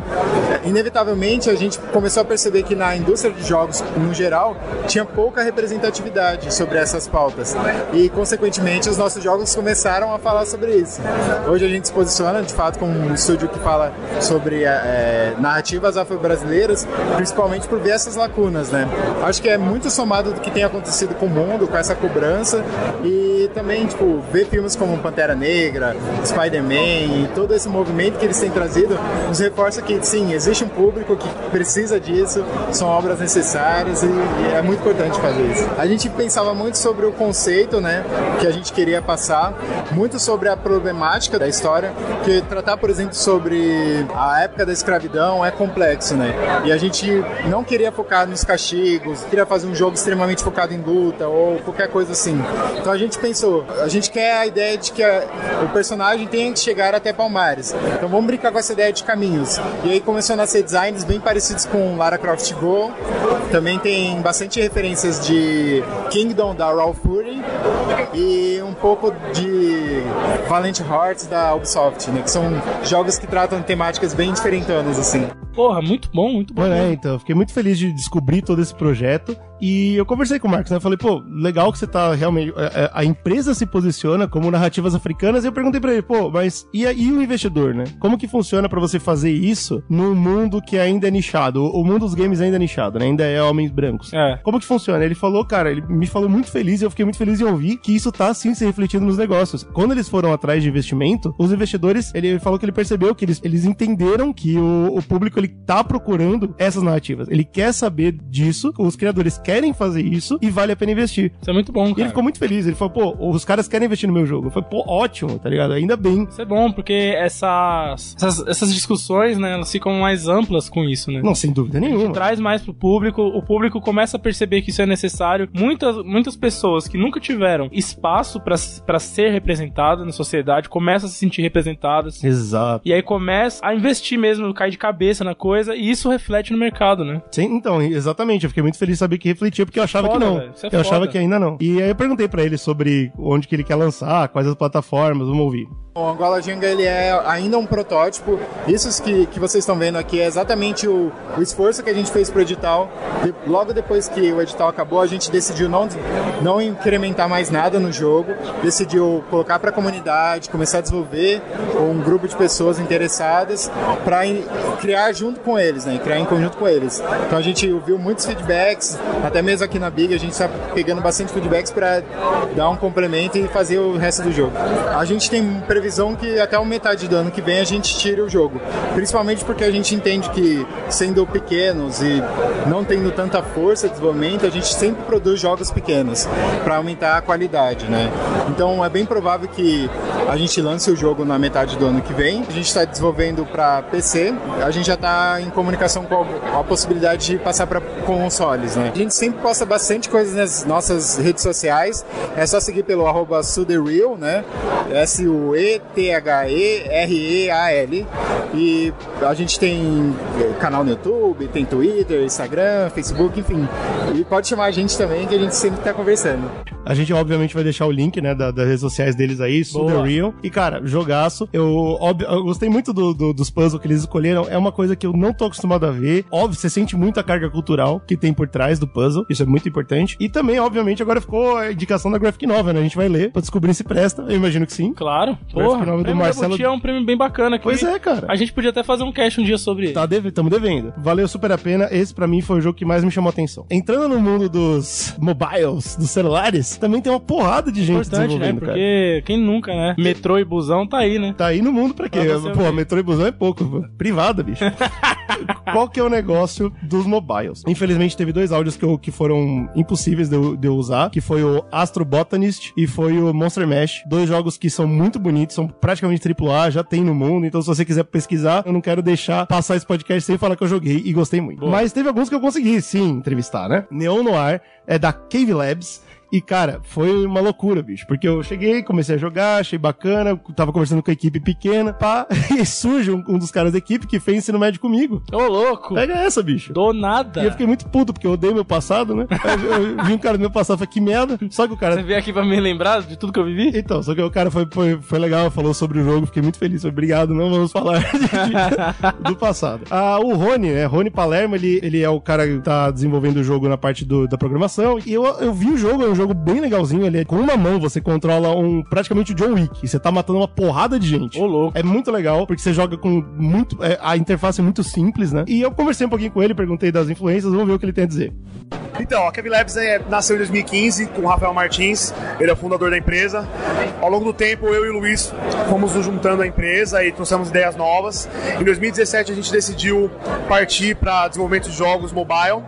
S10: Inevitavelmente a gente começou a perceber que na indústria de jogos no geral tinha pouca representatividade sobre essas pautas e consequentemente os nossos jogos começaram a falar sobre isso. Hoje a gente se posiciona de fato como um estúdio que fala sobre eh, narrativas afro-brasileiras, principalmente por ver essas lacunas, né? Acho que é muito somado do que tem acontecido com o mundo, com essa cobrança e também tipo ver filmes como Pantera Negra, Spider-Man e todo esse movimento que eles têm trazido nos reforça que sim, existe um público que precisa disso, são obras necessárias e, e é muito importante fazer isso. A gente pensava muito sobre o conceito, né, que a gente queria passar, muito sobre a problemática da história, que tratar, por exemplo, sobre a época da escravidão é complexo, né? E a gente não queria focar nos castigos, queria fazer um jogo extremamente focado em luta ou qualquer coisa assim. Então a gente pensou, a gente quer a ideia de que a- o personagem tem que chegar até Palmares. Então vamos brincar com essa ideia de caminhos. E aí começou a nascer designs bem parecidos com Lara Croft Go. Também tem bastante referências de Kingdom da Raw Fury e um pouco de Valiant Hearts da Ubisoft, né? Que são jogos que tratam de temáticas bem diferentonas, assim.
S1: Porra, muito bom, muito bom.
S2: Bom, né, então, eu fiquei muito feliz de descobrir todo esse projeto. E eu conversei com o Marcos, né? Eu falei, pô, legal que você tá realmente. é, é, A empresa se posiciona como narrativas africanas. E eu perguntei pra ele, pô, mas e, aí o investidor, né? Como que funciona pra você fazer isso num mundo que ainda é nichado? O o mundo dos games ainda é nichado, né? Ainda é homens brancos.
S1: É.
S2: Como que funciona? Ele falou, cara, ele me falou muito feliz e eu fiquei muito feliz em ouvir que isso tá sim se refletindo nos negócios. Quando eles foram atrás de investimento, os investidores, ele falou que ele percebeu que eles, eles entenderam que o, o público ele tá procurando essas narrativas. Ele quer saber disso, os criadores querem fazer isso e vale a pena investir.
S1: Isso é muito bom,
S2: E
S1: cara.
S2: ele ficou muito feliz. Ele falou, pô, os caras querem investir no meu jogo. Eu falei, pô, ótimo, tá ligado? Ainda bem.
S1: Isso é bom, porque essas, essas, essas discussões, né, elas ficam mais amplas com isso, né?
S2: Não, sem dúvida nenhuma.
S1: Traz mais pro público, o público começa a perceber que isso é necessário. Muitas, muitas pessoas que nunca tiveram espaço pra pra ser representadas na sociedade começam a se sentir representadas.
S2: Exato.
S1: E aí começa a investir mesmo, cair de cabeça na coisa, e isso reflete no mercado, né?
S2: Sim, então, exatamente. Eu fiquei muito feliz de saber que refletia, porque eu achava
S1: Foda,
S2: que não.
S1: velho, isso é
S2: eu achava
S1: foda.
S2: que ainda não. E aí eu perguntei pra ele sobre onde que ele quer lançar, quais as plataformas, vamos ouvir.
S10: O Angola Jenga ele é ainda um protótipo. Isso que, que vocês estão vendo aqui é exatamente o, o esforço que a gente fez para o edital. De- logo depois que o edital acabou, a gente decidiu não, não incrementar mais nada no jogo, decidiu colocar para a comunidade, começar a desenvolver um grupo de pessoas interessadas para criar junto com eles, né? criar em conjunto com eles. Então a gente ouviu muitos feedbacks, até mesmo aqui na Big a gente está pegando bastante feedbacks para dar um complemento e fazer o resto do jogo. A gente tem previsão que até o metade do ano que vem a gente tire o jogo, principalmente porque a gente entende que sendo pequenos e não tendo tanta força de desenvolvimento, a gente sempre produz jogos pequenos para aumentar a qualidade, né? Então é bem provável que a gente lance o jogo na metade do ano que vem. A gente tá está desenvolvendo para PC. A gente já está em comunicação com a a possibilidade de passar para consoles, né? A gente sempre posta bastante coisas nas nossas redes sociais. É só seguir pelo arroba Sudereal, né? S-U-E-T-H-E-R-E-A-L. E a gente tem eh, canal no YouTube, tem Twitter, Instagram, Facebook, enfim. E pode chamar a gente também que a gente sempre está tá conversando.
S2: A gente, obviamente, vai deixar o link, né, da- das redes sociais deles aí,
S1: Boa.
S2: Super Real. E, cara, jogaço. Eu, óbvio, eu gostei muito do, do- dos puzzles que eles escolheram. É uma coisa que eu não tô acostumado a ver. Óbvio, você sente muito a carga cultural que tem por trás do puzzle. Isso é muito importante. E também, obviamente, agora ficou a indicação da Graphic Novel, né? A gente vai ler pra descobrir se presta. Eu imagino que sim.
S1: Claro,
S2: Graphic
S1: porra.
S2: novel
S1: O
S2: do
S1: prêmio
S2: Marcelo-
S1: Jabuti é um prêmio bem bacana. Que
S2: Pois é, cara.
S1: A gente podia até fazer um cast um dia sobre ele.
S2: Tá, deve, tamo devendo. Valeu super a pena. Esse pra mim foi o jogo que mais me chamou a atenção. Entrando no mundo dos mobiles, dos celulares, também tem uma porrada de gente
S1: Importante, né?
S2: desenvolvendo, cara.
S1: Porque quem nunca, né? Metrô e busão tá aí, né?
S2: Tá aí no mundo pra quê?
S1: Pra você
S2: Pô,
S1: ouvir.
S2: metrô e busão é pouco. pô. Privada, bicho. Qual que é o negócio dos mobiles? Infelizmente, teve dois áudios que, eu- que foram impossíveis de eu, de eu usar, que foi o Astro Botanist e foi o Monster Mash. Dois jogos que são muito bonitos, são praticamente AAA, já tem no mundo, então se você quiser pesquisar, eu não quero deixar passar esse podcast sem falar que eu joguei e gostei muito. Mas teve alguns que eu consegui, sim, entrevistar, né? Neon Noir é da Cave Labs, e, cara, foi uma loucura, bicho. Porque eu cheguei, comecei a jogar, achei bacana, eu tava conversando com a equipe pequena, pá, e surge um, um dos caras da equipe que fez ensino médio comigo.
S1: Ô, louco.
S2: Pega essa, bicho.
S1: Do
S2: E eu
S1: nada.
S2: fiquei muito puto, porque eu odeio meu passado, né? Aí Eu, eu vi um cara do meu passado e falei, que merda. Só que o
S1: Você
S2: cara.
S1: veio aqui pra me lembrar de tudo que eu vivi?
S2: Então, só que o cara foi, foi, foi legal, falou sobre o jogo, fiquei muito feliz. Falei, Obrigado, não vamos falar de- do passado. Ah, o Rony, né? Rony Palermo, ele, ele é o cara que tá desenvolvendo o jogo na parte do- da programação. E eu, eu vi o jogo, é um jogo bem legalzinho. Ele é, com uma mão você controla um praticamente o John Wick. E você tá matando uma porrada de gente.
S1: Ô, louco.
S2: É muito legal, porque você joga com muito. é, a interface é muito simples, né? E eu conversei um pouquinho com ele, perguntei das influências, vamos ver o que ele tem a dizer.
S11: Então, a Kevin Labs é, nasceu em 2015 com o Rafael Martins, ele é o fundador da empresa. Ao longo do tempo, eu e o Luiz fomos nos juntando à empresa e trouxemos ideias novas. Em 2017, a gente decidiu partir para desenvolvimento de jogos mobile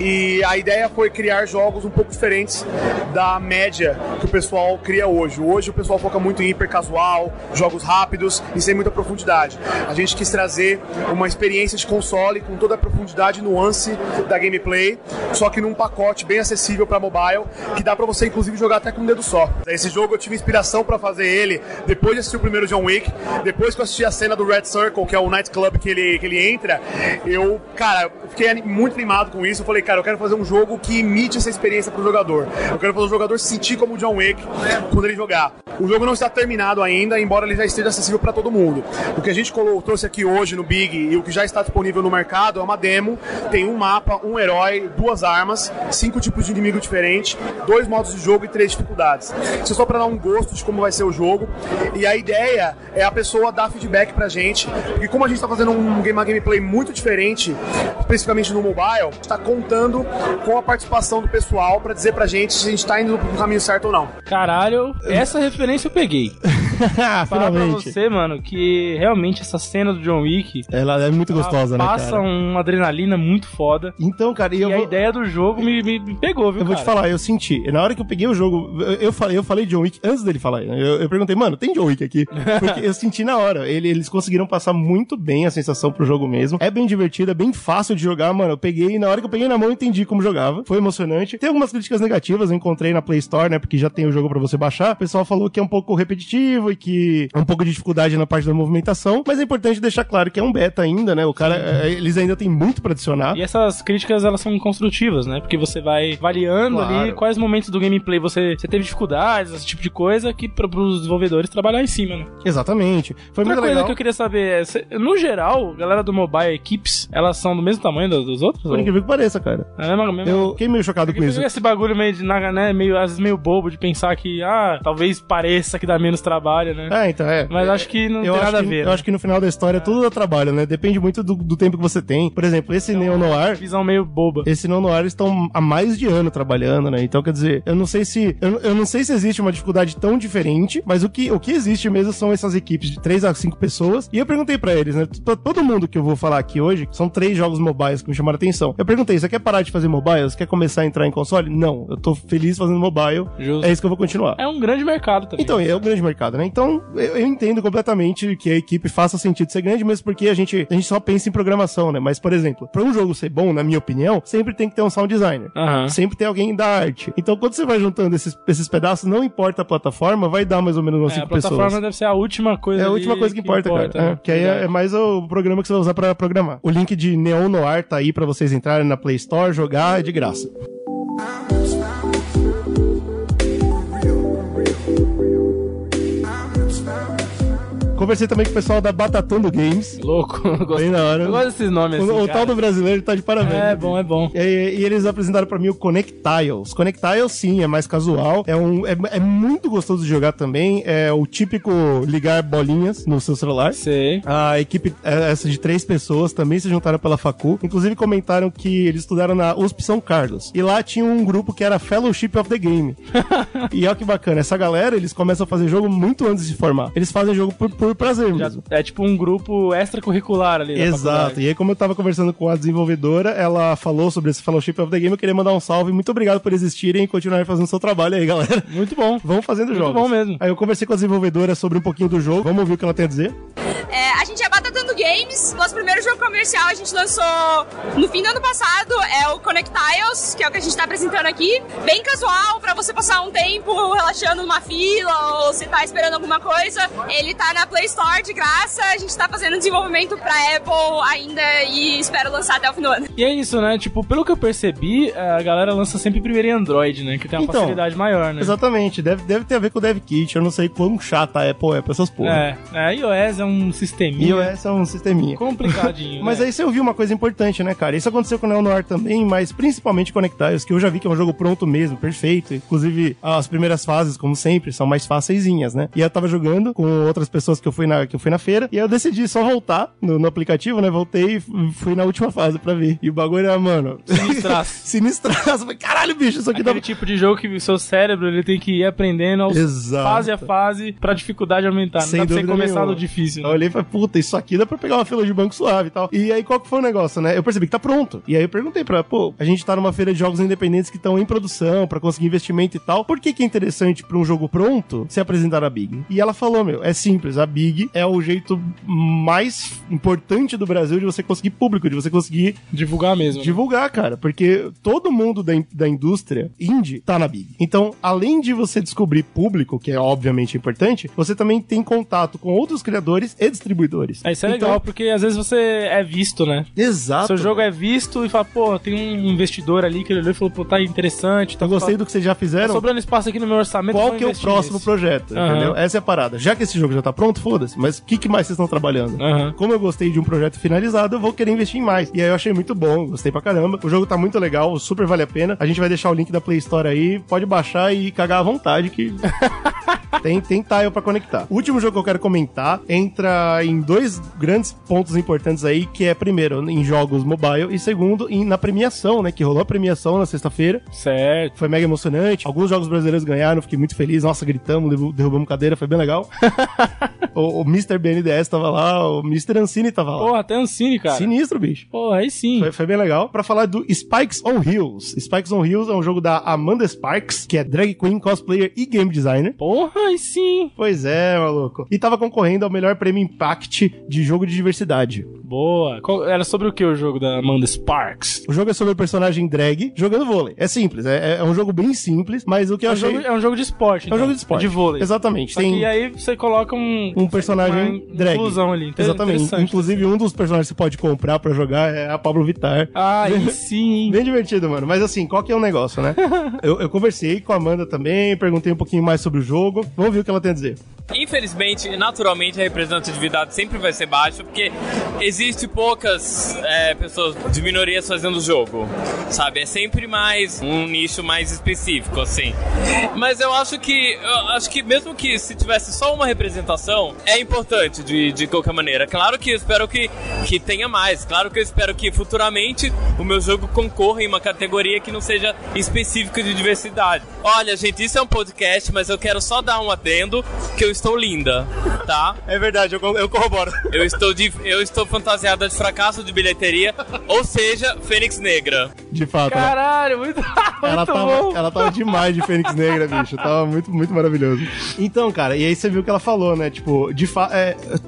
S11: e a ideia foi criar jogos um pouco diferentes da média que o pessoal cria hoje. Hoje o pessoal foca muito em hipercasual, jogos rápidos e sem muita profundidade. A gente quis trazer uma experiência de console com toda a profundidade e nuance da gameplay, só que num pacote bem acessível para mobile, que dá para você inclusive jogar até com um dedo só. Esse jogo eu tive inspiração para fazer ele depois de assistir o primeiro John Wick, depois que eu assisti a cena do Red Circle, que é o nightclub que ele, que ele entra, eu, cara, eu fiquei ani- muito animado com isso. Eu falei, cara, eu quero fazer um jogo que imite essa experiência pro jogador. Eu quero fazer o jogador sentir como o John Wick quando ele jogar. O jogo não está terminado ainda, embora ele já esteja acessível para todo mundo. O que a gente colo- trouxe aqui hoje no Big e o que já está disponível no mercado é uma demo. Tem um mapa, um herói, duas armas, cinco tipos de inimigo diferente, dois modos de jogo e três dificuldades. Isso é só para dar um gosto de como vai ser o jogo. E a ideia é a pessoa dar feedback pra gente. E como a gente está fazendo um game, uma gameplay muito diferente, especificamente no mobile, está contando com a participação do pessoal para dizer pra gente se a gente está indo no caminho certo ou não.
S1: Caralho, essa referência eu peguei. Falar pra
S2: Finalmente.
S1: você, mano, que realmente essa cena do John Wick
S2: Ela é muito gostosa, né,
S1: ela
S2: cara?
S1: passa uma adrenalina muito foda.
S2: Então, cara,
S1: E
S2: eu
S1: a
S2: vou-
S1: ideia do jogo me, me- me pegou, viu,
S2: Eu vou te
S1: cara?
S2: falar, eu senti. Na hora que eu peguei o jogo, eu- eu falei, eu falei John Wick antes dele falar. Eu, eu perguntei, mano, tem John Wick aqui? Porque eu senti na hora. Ele- eles conseguiram passar muito bem a sensação pro jogo mesmo. É bem divertido, é bem fácil de jogar, mano. Eu peguei, na hora que eu peguei na mão, eu entendi como jogava. Foi emocionante. Tem algumas críticas negativas, eu encontrei na Play Store, né? Porque já tem o jogo pra você baixar. O pessoal falou que é um pouco repetitivo e que é um pouco de dificuldade na parte da movimentação. Mas é importante deixar claro que é um beta ainda, né? O cara, eh, eles ainda têm muito pra adicionar.
S1: E essas críticas, elas são construtivas, né? Porque você vai avaliando
S2: Claro.
S1: ali quais momentos do gameplay você, você teve dificuldades, esse tipo de coisa, que para os desenvolvedores trabalhar em cima, né?
S2: Exatamente.
S1: Outra
S2: Foi muito
S1: coisa
S2: legal.
S1: que eu queria saber é, cê- no geral, galera do mobile, equipes, elas são do mesmo tamanho das, dos outros?
S2: Por
S1: Ou-
S2: incrível que pareça, cara.
S1: É a mesma, mesma...
S2: Eu fiquei meio chocado com
S1: Porque
S2: isso.
S1: esse bagulho meio de naga, né? Meio, às vezes meio bobo de pensar que, ah, talvez pareça que dá menos trabalho, né?
S2: É, então, é.
S1: Mas acho que não
S2: eu
S1: tem
S2: acho
S1: nada
S2: que,
S1: a ver. né?
S2: Eu acho que no final da história tudo dá trabalho, né? Depende muito do, do tempo que você tem. Por exemplo, esse Neon Noir.
S1: Então, Visão meio boba.
S2: Esse Neon Noir estão há mais de ano trabalhando, né? Então, quer dizer, eu não sei se. Eu, eu não sei se existe uma dificuldade tão diferente, mas o que, o que existe mesmo são essas equipes de 3 a 5 pessoas. E eu perguntei pra eles, né? Pra todo mundo que eu vou falar aqui hoje, são três jogos mobiles que me chamaram a atenção. Eu perguntei: você quer parar de fazer mobile? Você quer começar a entrar em console? Não, eu tô feliz fazendo mobile.
S1: Justo.
S2: É isso que eu vou continuar.
S1: É um grande mercado também.
S2: Então, é o grande mercado, né? Então, eu, eu entendo completamente que a equipe faça sentido ser grande, mesmo porque a gente, a gente só pensa em programação, né? Mas, por exemplo, pra um jogo ser bom, na minha opinião, sempre tem que ter um sound designer.
S1: Aham.
S2: Sempre tem alguém da arte. Então, quando você vai juntando esses, esses pedaços, não importa a plataforma, vai dar mais ou menos umas
S1: É, a
S2: cinco
S1: plataforma
S2: pessoas.
S1: deve ser a última coisa
S2: É a
S1: ali
S2: última coisa que importa, cara.
S1: né?
S2: É, que aí é, é mais o programa que você vai usar pra programar. O link de Neon Noir tá aí pra vocês entrarem na Play Store, jogar, é de graça. Conversei também com o pessoal da Batatundo Games.
S1: Louco,
S2: Bem na hora.
S1: Eu gosto desses nomes
S2: O,
S1: assim,
S2: o
S1: cara.
S2: tal do brasileiro tá de parabéns.
S1: É bom, é bom.
S2: E, e eles apresentaram pra mim o Connectiles. Connectiles, sim, é mais casual. É, um, é, é muito gostoso de jogar também. É o típico ligar bolinhas no seu celular.
S1: Sei.
S2: A equipe é, essa de três pessoas também se juntaram pela facu. Inclusive comentaram que eles estudaram na USP São Carlos. E lá tinha um grupo que era Fellowship of the Game. e olha que bacana. Essa galera, eles começam a fazer jogo muito antes de se formar. Eles fazem jogo por, por prazer mesmo.
S1: É tipo um grupo extracurricular ali. da
S2: Exato.
S1: faculdade.
S2: E aí, como eu tava conversando com a desenvolvedora, ela falou sobre esse Fellowship of the Game. Eu queria mandar um salve. Muito obrigado por existirem e continuarem fazendo seu trabalho aí, galera.
S1: Muito bom.
S2: Vamos fazendo
S1: Muito
S2: jogos.
S1: bom mesmo.
S2: Aí eu conversei com a desenvolvedora sobre um pouquinho do jogo. Vamos ouvir o que ela tem a dizer?
S12: É, a gente é Batatando Games. Nosso primeiro jogo comercial a gente lançou no fim do ano passado. É o Connectiles, que é o que a gente está apresentando aqui. Bem casual, para você passar um tempo relaxando numa fila ou se tá esperando alguma coisa. Ele tá na Play Store de graça. A gente tá fazendo desenvolvimento para Apple ainda e espero lançar até o fim do ano.
S1: E é isso, né? Tipo, pelo que eu percebi, a galera lança sempre primeiro em Android, né? Que tem uma facilidade maior, né?
S2: Então, Exatamente. Deve, deve ter a ver com o Dev Kit. Eu não sei quão chata a Apple é pra essas porra.
S1: É, é, iOS é um sisteminha.
S2: iOS é um sisteminha.
S1: Complicadinho.
S2: Mas
S1: né?
S2: aí você ouviu uma coisa importante, né, cara? Isso aconteceu com o Neonoir também, mas principalmente Connectiles, que eu já vi que é um jogo pronto mesmo, perfeito. Inclusive, as primeiras fases, como sempre, são mais fáceisinhas, né? E eu tava jogando com outras pessoas que eu fui na, que eu fui na feira, e aí eu decidi só voltar no, no aplicativo, né? Voltei e f- fui na última fase pra ver. E o bagulho era, mano...
S1: Sinistraço.
S2: Sinistraço. Falei, Caralho, bicho, isso aqui dá...
S1: Aquele tipo de jogo que o seu cérebro ele tem que ir aprendendo aos-
S2: Exato.
S1: fase a fase pra dificuldade aumentar. tá, Não dá pra você
S2: dúvida
S1: começar
S2: nenhuma.
S1: no difícil. né?
S2: Eu olhei e falei, puta, isso aqui dá pra pegar uma fila de banco suave e tal. E aí, qual que foi o negócio, né? Eu percebi que tá pronto. E aí eu perguntei pra, ela, pô, a gente tá numa feira de jogos independentes que estão em produção, pra conseguir investimento e tal. Por que que é interessante pra um jogo pronto se apresentar a Big? E ela falou, meu, é simples, a Big é o jeito mais importante do Brasil de você conseguir público, de você conseguir...
S1: Divulgar mesmo. né?
S2: Divulgar, cara, porque todo mundo da, in- da indústria indie tá na Big. Então, além de você descobrir público, que é obviamente importante, você também tem contato com outros criadores e distribuidores.
S1: É, isso é
S2: Então,
S1: legal, porque às vezes você é visto, né?
S2: Exato.
S1: Seu jogo é visto e fala, pô, tem um investidor ali que ele olhou e falou, pô, tá interessante. Tá,
S2: Eu gostei do que vocês já
S1: Tá
S2: fizeram.
S1: sobrando espaço aqui no meu orçamento.
S2: Qual
S1: vou
S2: que é o
S1: investir
S2: próximo
S1: nesse.
S2: projeto,
S1: Aham.
S2: entendeu? Essa é a parada. Já que esse jogo já tá pronto, foda-se, mas o que, que mais vocês estão trabalhando? Como eu gostei de um projeto finalizado, eu vou querer investir em mais. E aí eu achei muito bom, gostei pra caramba. O jogo tá muito legal, super vale a pena. A gente vai deixar o link da Play Store aí, pode baixar e cagar à vontade que... Tem, tem tile pra conectar. O último jogo que eu quero comentar entra em dois grandes pontos importantes aí, que é primeiro em jogos mobile e segundo em, na premiação, né? Que rolou a premiação na sexta-feira.
S1: Certo.
S2: Foi mega emocionante. Alguns jogos brasileiros ganharam, fiquei muito feliz. Nossa, gritamos, derru- derrubamos cadeira, foi bem legal. o, o Mr. BNDS tava lá, o Mr. Ancini tava lá.
S1: Porra, até Ancine, cara.
S2: Sinistro, bicho.
S1: Pô, aí sim.
S2: Foi, foi bem legal. Pra falar do Spikes on Hills. Spikes on Hills é um jogo da Amanda Sparks, que é drag queen, cosplayer e game designer.
S1: Porra, aí sim.
S2: Pois é, maluco. E tava concorrendo ao melhor prêmio Impact de jogo de diversidade.
S1: Boa. Qual- era sobre o que o jogo da Amanda Sparks?
S2: O jogo é sobre o personagem drag jogando vôlei. É simples, é, é um jogo bem simples, mas o que
S1: É
S2: eu
S1: um,
S2: achei...
S1: jogo, é um jogo de esporte.
S2: É um
S1: então.
S2: jogo de esporte.
S1: De vôlei.
S2: Exatamente.
S1: Só que
S2: Tem-
S1: aí você coloca um.
S2: um personagem
S1: uma
S2: drag.
S1: inclusão ali. Inter-
S2: Exatamente.
S1: interessante. assim.
S2: Inclusive, um dos personagens que você pode comprar pra jogar é a Pablo Vittar.
S1: Ah, e sim.
S2: Bem divertido, mano. Mas assim, qual que é o negócio, né? eu, eu conversei com a Amanda também, perguntei um pouquinho mais sobre o jogo. Vamos ver o que ela tem a dizer.
S13: Infelizmente, naturalmente, a representatividade sempre vai ser baixa, porque existe poucas é, pessoas de minorias fazendo o jogo, sabe? É sempre mais um nicho mais específico, assim. Mas eu acho que, eu acho que mesmo que se tivesse só uma representação, é importante de, de qualquer maneira. Claro que eu espero que, que tenha mais, claro que eu espero que futuramente o meu jogo concorra em uma categoria que não seja específica de diversidade. Olha, gente, isso é um podcast, mas eu quero só dar um adendo que eu estou linda, tá?
S7: É verdade, eu, co- eu corroboro.
S13: Eu estou, de, eu estou fantasiada de fracasso de bilheteria, ou seja, Fênix Negra.
S2: De fato. né?
S1: Caralho, muito, muito
S2: Ela
S1: bom.
S2: tava, ela tava demais de Fênix Negra, bicho. Tava muito, muito maravilhoso. Então, cara, e aí você viu o que ela falou, né? Tipo, de fato,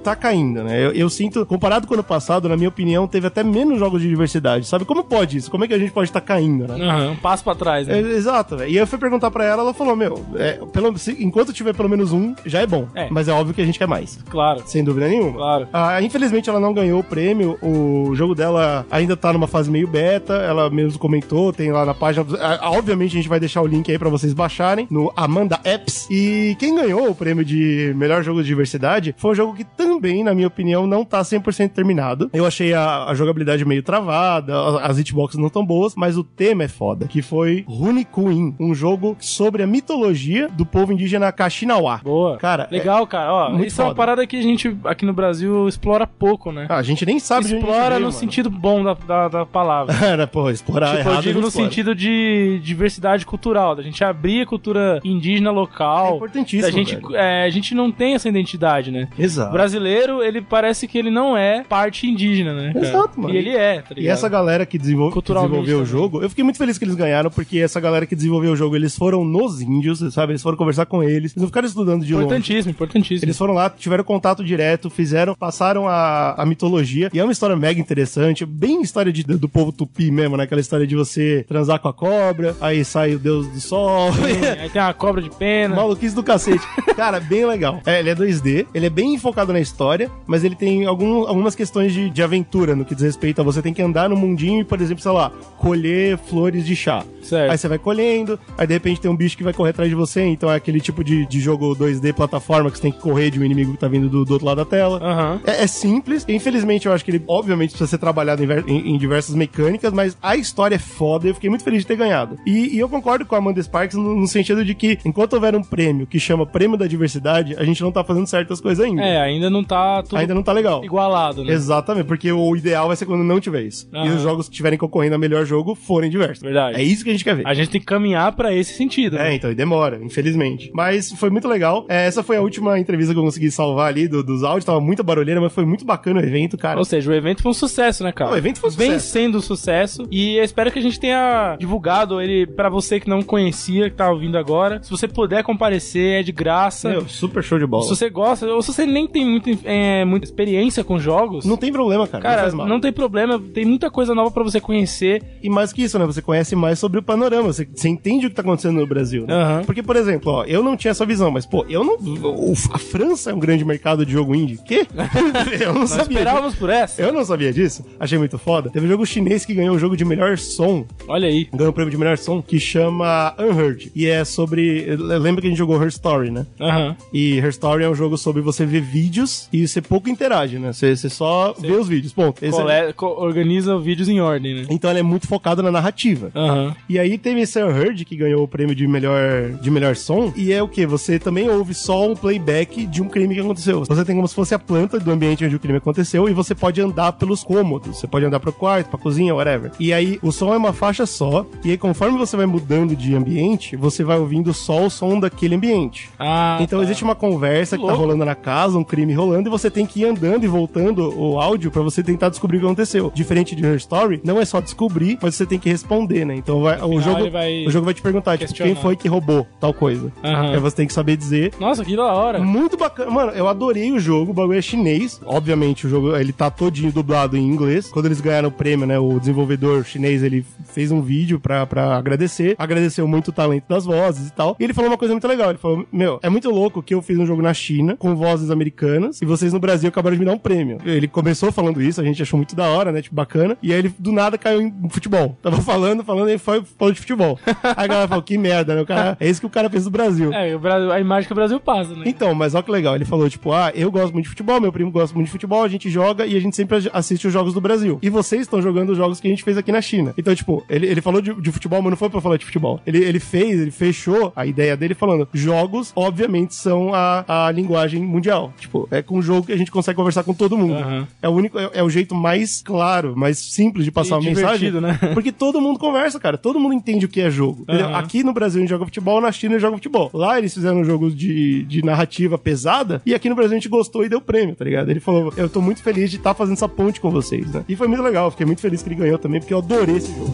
S2: tá caindo, né? Eu, eu sinto, comparado com o ano passado, na minha opinião, teve até menos jogos de diversidade, sabe? Como pode isso? Como é que a gente pode estar caindo, né?
S1: Aham, um passo pra trás, né?
S2: É, exato, velho. E aí eu fui perguntar pra ela, ela falou, meu, é, pelo, se- enquanto tiver pelo menos um, já é bom. Mas é óbvio que a gente quer mais.
S1: Claro.
S2: Sem dúvida nenhuma.
S1: Claro.
S2: Ah, infelizmente ela não ganhou o prêmio. O jogo dela ainda tá numa fase meio beta. Ela mesmo comentou, tem lá na página. do- ah, obviamente a gente vai deixar o link aí pra vocês baixarem no Amanda Apps. E quem ganhou o prêmio de melhor jogo de diversidade foi um jogo que também, na minha opinião, não tá 100% terminado. Eu achei a, a jogabilidade meio travada, a- as hitboxes não tão boas, mas o tema é foda, que foi Runequin, um jogo sobre a mitologia do povo indígena Kaxinawa.
S1: Boa.
S2: Cara, é-
S1: Legal, cara. Ó,
S2: muito
S1: isso é uma
S2: foda.
S1: parada que a gente aqui no Brasil explora pouco, né?
S2: Ah, a gente nem sabe de onde
S1: Explora
S2: veio,
S1: no
S2: mano.
S1: sentido bom da, da, da palavra.
S2: Era, pô, explorar
S1: tipo,
S2: errado
S1: eu digo
S2: não
S1: no
S2: explora.
S1: sentido de diversidade cultural, da gente abrir a cultura indígena local. É
S2: importantíssimo,
S1: A gente,
S2: velho.
S1: é, a gente não tem essa identidade, né?
S2: Exato.
S1: O brasileiro, ele parece que ele não é parte indígena, né? cara?
S2: Exato, mano.
S1: E ele é, tá ligado?
S2: E essa galera que, desenvol- que
S1: Culturalmente
S2: desenvolveu o
S1: também.
S2: jogo, eu fiquei muito feliz que eles ganharam, porque essa galera que desenvolveu o jogo, eles foram nos índios, sabe? Eles foram conversar com eles, eles não ficaram estudando de longe.
S1: Importantíssimo, importantíssimo.
S2: Eles foram lá, tiveram contato direto, fizeram, passaram a, a mitologia. E é uma história mega interessante, é bem história de- do povo tupi mesmo, né? Aquela história de você transar com a cobra, aí sai o deus do sol.
S1: Aí tem uma cobra de pena.
S2: Maluquice do cacete. Cara, bem legal. É, ele é 2D, ele é bem focado na história, mas ele tem algum- algumas questões de, de aventura no que diz respeito a você tem que andar no mundinho e, por exemplo, sei lá, colher flores de chá.
S1: Certo.
S2: Aí você vai colhendo, aí de repente tem um bicho que vai correr atrás de você, então é aquele tipo de, de jogo 2D plataforma que você tem que correr de um inimigo que tá vindo do, do outro lado da tela. É, é simples, e infelizmente eu acho que ele, obviamente, precisa ser trabalhado em, ver- em- em diversas mecânicas, mas a história é foda e eu fiquei muito feliz de ter ganhado. E, e eu concordo com a Amanda Sparks no, no sentido de que, enquanto houver um prêmio que chama Prêmio da Diversidade, a gente não tá fazendo certas coisas ainda.
S1: É, ainda não tá tudo
S2: Ainda não tá legal.
S1: igualado, né?
S2: Exatamente, porque o ideal vai ser quando não tiver isso. E
S1: Aham.
S2: os jogos que estiverem concorrendo a melhor jogo forem diversos.
S1: Verdade.
S2: É isso que a gente quer ver.
S1: A gente tem que caminhar pra esse sentido. né?
S2: É, então, e demora, infelizmente. Mas foi muito legal. É, essa foi a última entrevista que eu consegui salvar ali do- dos áudios. Tava muita barulheira, mas foi muito bacana o evento, cara.
S1: Ou seja, o evento foi um sucesso, né, cara?
S2: Não, o evento foi um
S1: Vem
S2: sucesso.
S1: sendo um sucesso. E eu espero que a gente tenha divulgado ele pra você que não conhecia, que tá ouvindo agora. Se você puder comparecer, é de graça.
S2: Meu, super show de bola.
S1: Se você gosta, ou se você nem tem muita, é, muita experiência com jogos.
S2: Não tem problema, cara.
S1: Cara,
S2: faz mal.
S1: não tem problema, tem muita coisa nova pra você conhecer.
S2: E mais que isso, né? Você conhece mais sobre o panorama, você, você entende o que tá acontecendo no Brasil, né?
S1: Aham.
S2: Porque, por exemplo, ó, eu não tinha essa visão, mas, pô, eu não. o- a França é um grande mercado de jogo indie. Quê? eu não
S1: Nós
S2: sabia.
S1: esperávamos por essa.
S2: Eu não sabia disso. Achei muito foda. Teve um jogo chinês que ganhou o jogo de melhor som.
S1: Olha aí.
S2: Ganhou o prêmio de melhor som, que chama Unheard. E é sobre. Lembra que a gente jogou Her Story, né?
S1: Aham.
S2: E Her Story é um jogo sobre você ver vídeos e você pouco interage, né? Você, você só vê os vídeos. Ponto. Esse
S1: Cole-
S2: é-
S1: co- Organiza vídeos em ordem, né?
S2: Então ela é muito focada na narrativa.
S1: Aham.
S2: E aí teve esse Heard que ganhou o prêmio de melhor, de melhor som. E é o que? Você também ouve só um playback de um crime que aconteceu. Você tem como se fosse a planta do ambiente onde o crime aconteceu e você pode andar pelos cômodos. Você pode andar pro quarto, pra cozinha, whatever. E aí o som é uma faixa só. E aí conforme você vai mudando de ambiente, você vai ouvindo só o som daquele ambiente.
S1: Ah,
S2: então
S1: tá.
S2: existe uma conversa que tá
S1: Louco.
S2: rolando na casa, um crime rolando, e você tem que ir andando e voltando o áudio pra você tentar descobrir o que aconteceu. Diferente de Her Story, não é só descobrir, mas você tem que responder, né? Então vai- o,
S1: final
S2: jogo,
S1: ele vai
S2: o jogo vai te perguntar, tipo,
S1: questionar.
S2: quem foi que roubou tal coisa.
S1: Aham.
S2: Aí você tem que saber dizer.
S1: Nossa, que da hora.
S2: Muito bacana. Mano, eu adorei o jogo, o bagulho é chinês. Obviamente, o jogo ele tá todinho dublado em inglês. Quando eles ganharam o prêmio, né? O desenvolvedor chinês ele fez um vídeo pra, pra agradecer. Agradeceu muito o talento das vozes e tal. E ele falou uma coisa muito legal. Ele falou: Meu, é muito louco que eu fiz um jogo na China com vozes americanas e vocês no Brasil acabaram de me dar um prêmio. Ele começou falando isso, a gente achou muito da hora, né? Tipo, bacana. E aí ele do nada caiu em futebol. Tava falando, falando, e foi falou de futebol. Aí a galera falou: Que merda, né? O cara, é isso que o cara fez do Brasil.
S1: É, o Brasil, a imagem que o Brasil passa, né?
S2: Então, mas olha que legal. Ele falou, tipo, ah, eu gosto muito de futebol, meu primo gosta muito de futebol, a gente joga e a gente sempre assiste os jogos do Brasil. E vocês estão jogando os jogos que a gente fez aqui na China. Então, tipo, ele, ele falou de, de futebol, mas não foi pra falar de futebol. Ele, ele fez, ele fechou a ideia dele falando, jogos, obviamente, são a, a linguagem mundial. Tipo, é com o jogo que a gente consegue conversar com todo mundo. É o único, é, é o jeito mais claro, mais simples de passar
S1: E
S2: uma mensagem.
S1: divertido, né?
S2: Porque todo mundo conversa, cara. Todo mundo entende o que é jogo. entendeu?
S1: Aham.
S2: Aqui no Brasil a gente joga futebol, na China a gente joga futebol. Lá eles fizeram jogos de, de narrativa pesada e aqui no Brasil a gente gostou e deu prêmio, tá ligado? Ele falou: Eu tô muito feliz de estar fazendo essa ponte com vocês, né? E foi muito legal. Fiquei muito feliz que ele ganhou também, porque eu adorei esse jogo.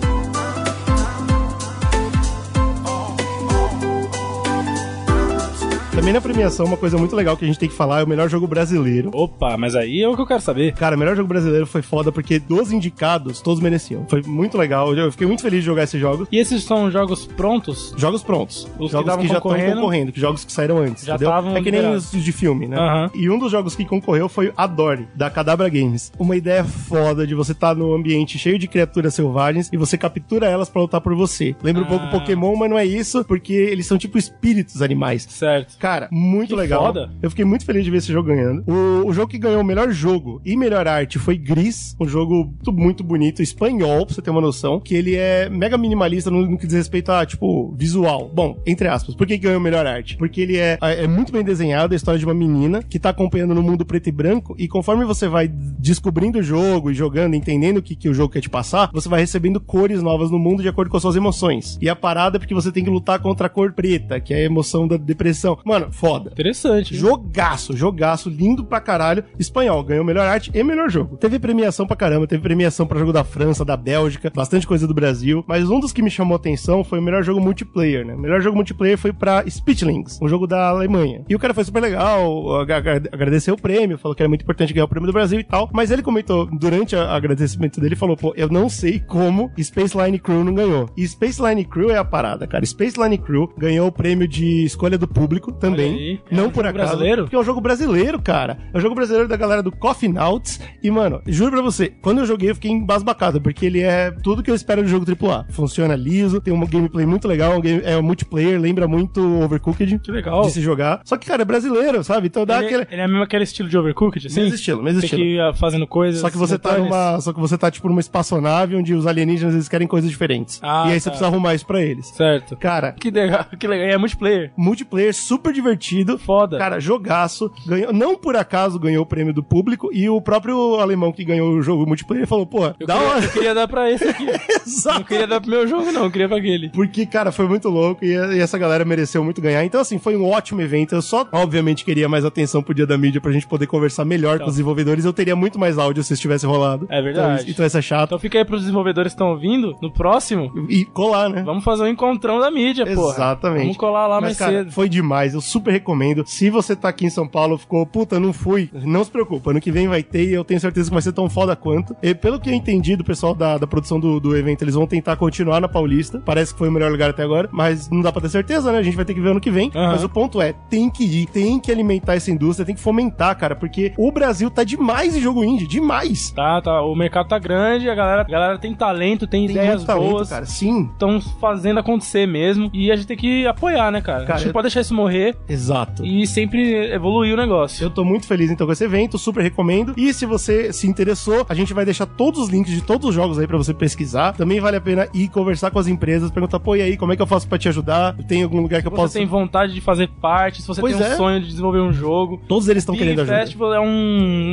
S2: Também na premiação, uma coisa muito legal que a gente tem que falar é o melhor jogo brasileiro.
S1: Opa, mas aí é o que eu quero saber.
S2: Cara, o melhor jogo brasileiro foi foda porque dos indicados, todos mereciam. Foi muito legal. Eu fiquei muito feliz de jogar esses jogos.
S1: E esses são jogos prontos?
S2: Jogos prontos.
S1: Os que
S2: jogos
S1: estavam
S2: que, já estão
S1: concorrendo.
S2: concorrendo, que jogos que saíram antes.
S1: Já
S2: entendeu?
S1: estavam
S2: É que nem
S1: liberados.
S2: os de filme, né?
S1: Aham.
S2: E um dos jogos que concorreu foi Adore, da Cadabra Games. Uma ideia foda de você estar num ambiente cheio de criaturas selvagens e você captura elas pra lutar por você. Lembra um pouco
S1: Ah.
S2: Pokémon, mas não é isso, porque eles são tipo espíritos animais.
S1: Certo.
S2: Cara, muito
S1: Que
S2: legal.
S1: foda.
S2: Eu fiquei muito feliz de ver esse jogo ganhando. O, o jogo que ganhou o melhor jogo e melhor arte foi Gris, um jogo muito, muito bonito, espanhol, pra você ter uma noção, que ele é mega minimalista no, no que diz respeito a, tipo, visual. Bom, entre aspas, por que que ganhou o melhor arte? Porque ele é, é muito bem desenhado, é a história de uma menina que tá acompanhando no mundo preto e branco, e conforme você vai descobrindo o jogo e jogando, entendendo o que, que o jogo quer te passar, você vai recebendo cores novas no mundo de acordo com as suas emoções. E a parada é porque você tem que lutar contra a cor preta, que é a emoção da depressão. Mano, foda.
S1: Interessante.
S2: Jogaço, jogaço, lindo pra caralho. Espanhol, ganhou melhor arte e melhor jogo. Teve premiação pra caramba, teve premiação pra jogo da França, da Bélgica, bastante coisa do Brasil. Mas um dos que me chamou atenção foi o melhor jogo multiplayer, né? O melhor jogo multiplayer foi pra Spitlings, um jogo da Alemanha. E o cara foi super legal, aga- aga- agradeceu o prêmio, falou que era muito importante ganhar o prêmio do Brasil e tal. Mas ele comentou, durante o agradecimento dele, falou: pô, eu não sei como Space Line Crew não ganhou. E Space Line Crew é a parada, cara. Space Line Crew ganhou o prêmio de escolha do público também. Não por acaso.
S1: Tá brasileiro?
S2: Porque é um jogo brasileiro, cara. É um jogo brasileiro da galera do Coffee Nauts. E, mano, juro pra você, quando eu joguei eu fiquei embasbacado, porque ele é tudo que eu espero de jogo AAA. Funciona liso, tem um gameplay muito legal, um game- é um multiplayer, lembra muito Overcooked. Que
S1: legal.
S2: De se jogar. Só que, cara, é brasileiro, sabe? Então dá
S1: Ele,
S2: aquele...
S1: ele é mesmo aquele estilo de Overcooked, assim?
S2: Mesmo estilo, mesmo
S1: Tem
S2: estilo.
S1: que ir ah, fazendo coisas
S2: Só que você tá
S1: simultâneas?
S2: numa. Só que você tá, tipo, numa espaçonave onde os alienígenas eles querem coisas diferentes.
S1: Ah,
S2: e aí você
S1: tá.
S2: precisa arrumar isso pra eles.
S1: Certo.
S2: Cara.
S1: Que legal, que legal. E é multiplayer.
S2: Multiplayer super divertido.
S1: Foda.
S2: Cara, jogaço. Ganhou, não por acaso ganhou o prêmio do público. E o próprio alemão que ganhou o jogo multiplayer falou, pô,
S1: queria,
S2: dá uma.
S1: eu queria dar pra esse aqui.
S2: Exato.
S1: Não queria dar pro meu jogo, não. Eu queria pra aquele.
S2: Porque, cara, foi muito louco e, e essa galera mereceu muito ganhar. Então, assim, foi um ótimo evento. Eu só, obviamente, queria mais atenção pro dia da mídia pra gente poder conversar melhor com os desenvolvedores. Eu teria muito mais áudio se isso tivesse rolado.
S1: Então. É verdade.
S2: Então, então isso é chato.
S1: Então fica aí pros desenvolvedores que estão ouvindo, no próximo.
S2: E colar, né?
S1: Vamos fazer um encontrão da mídia, pô.
S2: Exatamente.
S1: Vamos colar lá
S2: Mas,
S1: mais
S2: cara,
S1: cedo.
S2: Foi demais, eu super recomendo. Se você tá aqui em São Paulo, ficou, puta, não fui, não se preocupa, ano que vem vai ter e eu tenho certeza que vai ser tão foda quanto. E pelo que eu entendi do pessoal da, da produção do, do evento, eles vão tentar continuar na Paulista. Parece que foi o melhor lugar até agora, mas não dá pra ter certeza, né? A gente vai ter que ver ano que vem.
S1: Aham.
S2: Mas o ponto é, tem que ir, tem que alimentar essa indústria, tem que fomentar, cara, porque o Brasil tá demais em jogo indie, demais.
S1: Tá, tá. O mercado tá grande, a galera, a galera tem talento, tem, ideias
S2: muito talento,
S1: boas.
S2: cara, sim.
S1: Estão fazendo acontecer mesmo. E a gente tem que apoiar, né, cara?
S2: Cara,
S1: a gente não
S2: eu-
S1: pode deixar isso morrer
S2: Exato.
S1: e sempre evoluir o negócio.
S2: Eu tô muito feliz então com esse evento, super recomendo. E se você se interessou, a gente vai deixar todos os links de todos os jogos aí pra você pesquisar. Também vale a pena ir conversar com as empresas, perguntar, pô, e aí, como é que eu faço pra te ajudar? Tem algum lugar que eu
S1: Se você
S2: posso.
S1: tem vontade de fazer parte, se você
S2: Pois
S1: tem um
S2: é.
S1: sonho de desenvolver um jogo.
S2: Todos eles estão
S1: Big
S2: querendo ajuda.
S1: Festival é um,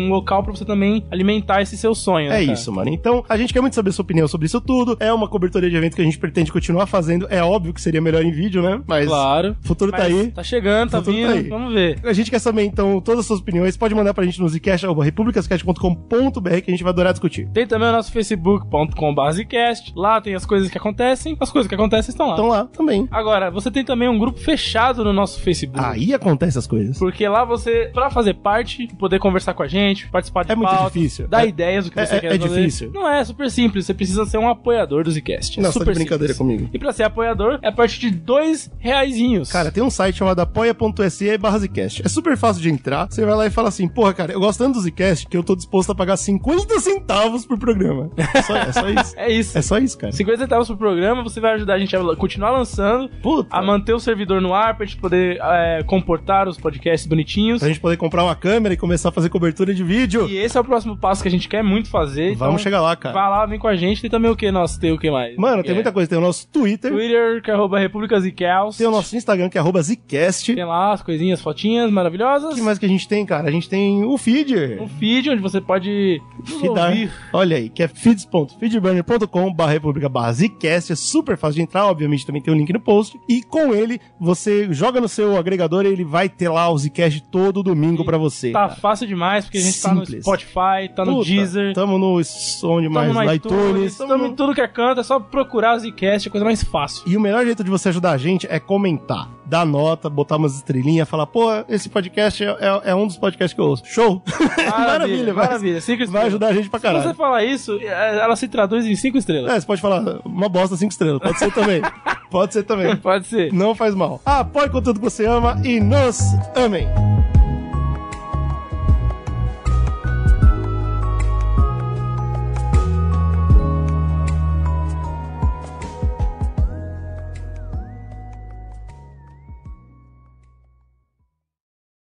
S1: um local pra você também alimentar esse seu sonho. né,
S2: É
S1: cara?
S2: isso, mano. Então, a gente quer muito saber sua opinião sobre isso tudo. É uma cobertura de evento que a gente pretende continuar fazendo. É óbvio que seria melhor em vídeo, né? Mas.
S1: Claro.
S2: O futuro tá
S1: Mas
S2: aí.
S1: Tá chegando, tá
S2: Futuro tá
S1: vindo.
S2: aí.
S1: Vamos ver.
S2: A gente quer saber, então, todas as suas opiniões. Pode mandar pra gente no zcast.republicascast.com.br que a gente vai adorar discutir.
S1: Tem também o nosso facebook.com basecast. Lá tem as coisas que acontecem. As coisas que acontecem estão lá.
S2: Estão lá também.
S1: Agora, você tem também um grupo fechado no nosso Facebook.
S2: Aí acontecem as coisas.
S1: Porque lá você, pra fazer parte, poder conversar com a gente, participar de
S2: É muito
S1: pautas,
S2: difícil.
S1: dar
S2: É-
S1: ideias do que
S2: é-
S1: você
S2: é-
S1: quer
S2: é
S1: fazer.
S2: difícil.
S1: Não é, é super simples. Você precisa ser um apoiador do Zcast. É
S2: Não, você tá
S1: super
S2: de brincadeira
S1: simples.
S2: comigo.
S1: E pra ser apoiador, é a partir de dois reaisinhos.
S2: Cara, tem um site chamado apoia.se barra Zcast. É super fácil de entrar. Você vai lá e fala assim, porra, cara, eu gosto tanto do Zcast que eu tô disposto a pagar 50 centavos por programa. É só, é só isso.
S1: É isso.
S2: É só isso, cara.
S1: 50 centavos por programa, você vai ajudar a gente a la- continuar lançando, a manter o servidor no ar pra gente poder é, comportar os podcasts bonitinhos.
S2: Pra gente poder comprar uma câmera e começar a fazer cobertura de vídeo.
S1: E esse é o próximo passo que a gente quer muito fazer.
S2: Vamos chegar lá, cara.
S1: Vai lá, vem com a gente. Tem também o que, nossa? Tem o que mais?
S2: Mano, tem
S1: É.
S2: muita coisa. Tem o nosso Twitter.
S1: Twitter, que é arroba Repúblicas e Caos.
S2: Tem o nosso Instagram, que é arroba Zcast.
S1: Tem lá as coisinhas, fotinhas maravilhosas.
S2: O que mais que a gente tem, cara? A gente tem o feed.
S1: Um feed onde você pode nos
S2: Feedar.
S1: ouvir.
S2: Olha aí, que é feeds.feedburner.com barra república barra Zcast. É super fácil de entrar, obviamente também tem o link no post. E com ele, você joga no seu agregador e ele vai ter lá o Zcast todo domingo pra você.
S1: Tá
S2: cara.
S1: fácil demais, porque a gente tá no
S2: Simples.
S1: Spotify, tá no
S2: Puta,
S1: Deezer.
S2: Tamo no onde mais?
S1: no
S2: No iTunes.
S1: tamo em tudo que é canto, é só procurar o Zcast, é a coisa mais fácil.
S2: E o melhor jeito de você ajudar a gente é comentar, dar nota, botar botar umas estrelinhas, falar, pô, esse podcast é, é- é um dos podcasts que eu ouço. Show!
S1: Maravilha,
S2: vai-
S1: maravilha. Cinco
S2: Vai ajudar a gente é pra caralho.
S1: Se você falar isso, é, ela se traduz em cinco estrelas.
S2: É, você pode falar uma bosta cinco estrelas. Pode ser também. pode ser também.
S1: Pode ser.
S2: Ah, Não faz mal. Apoie o conteúdo que você ama e nos amem.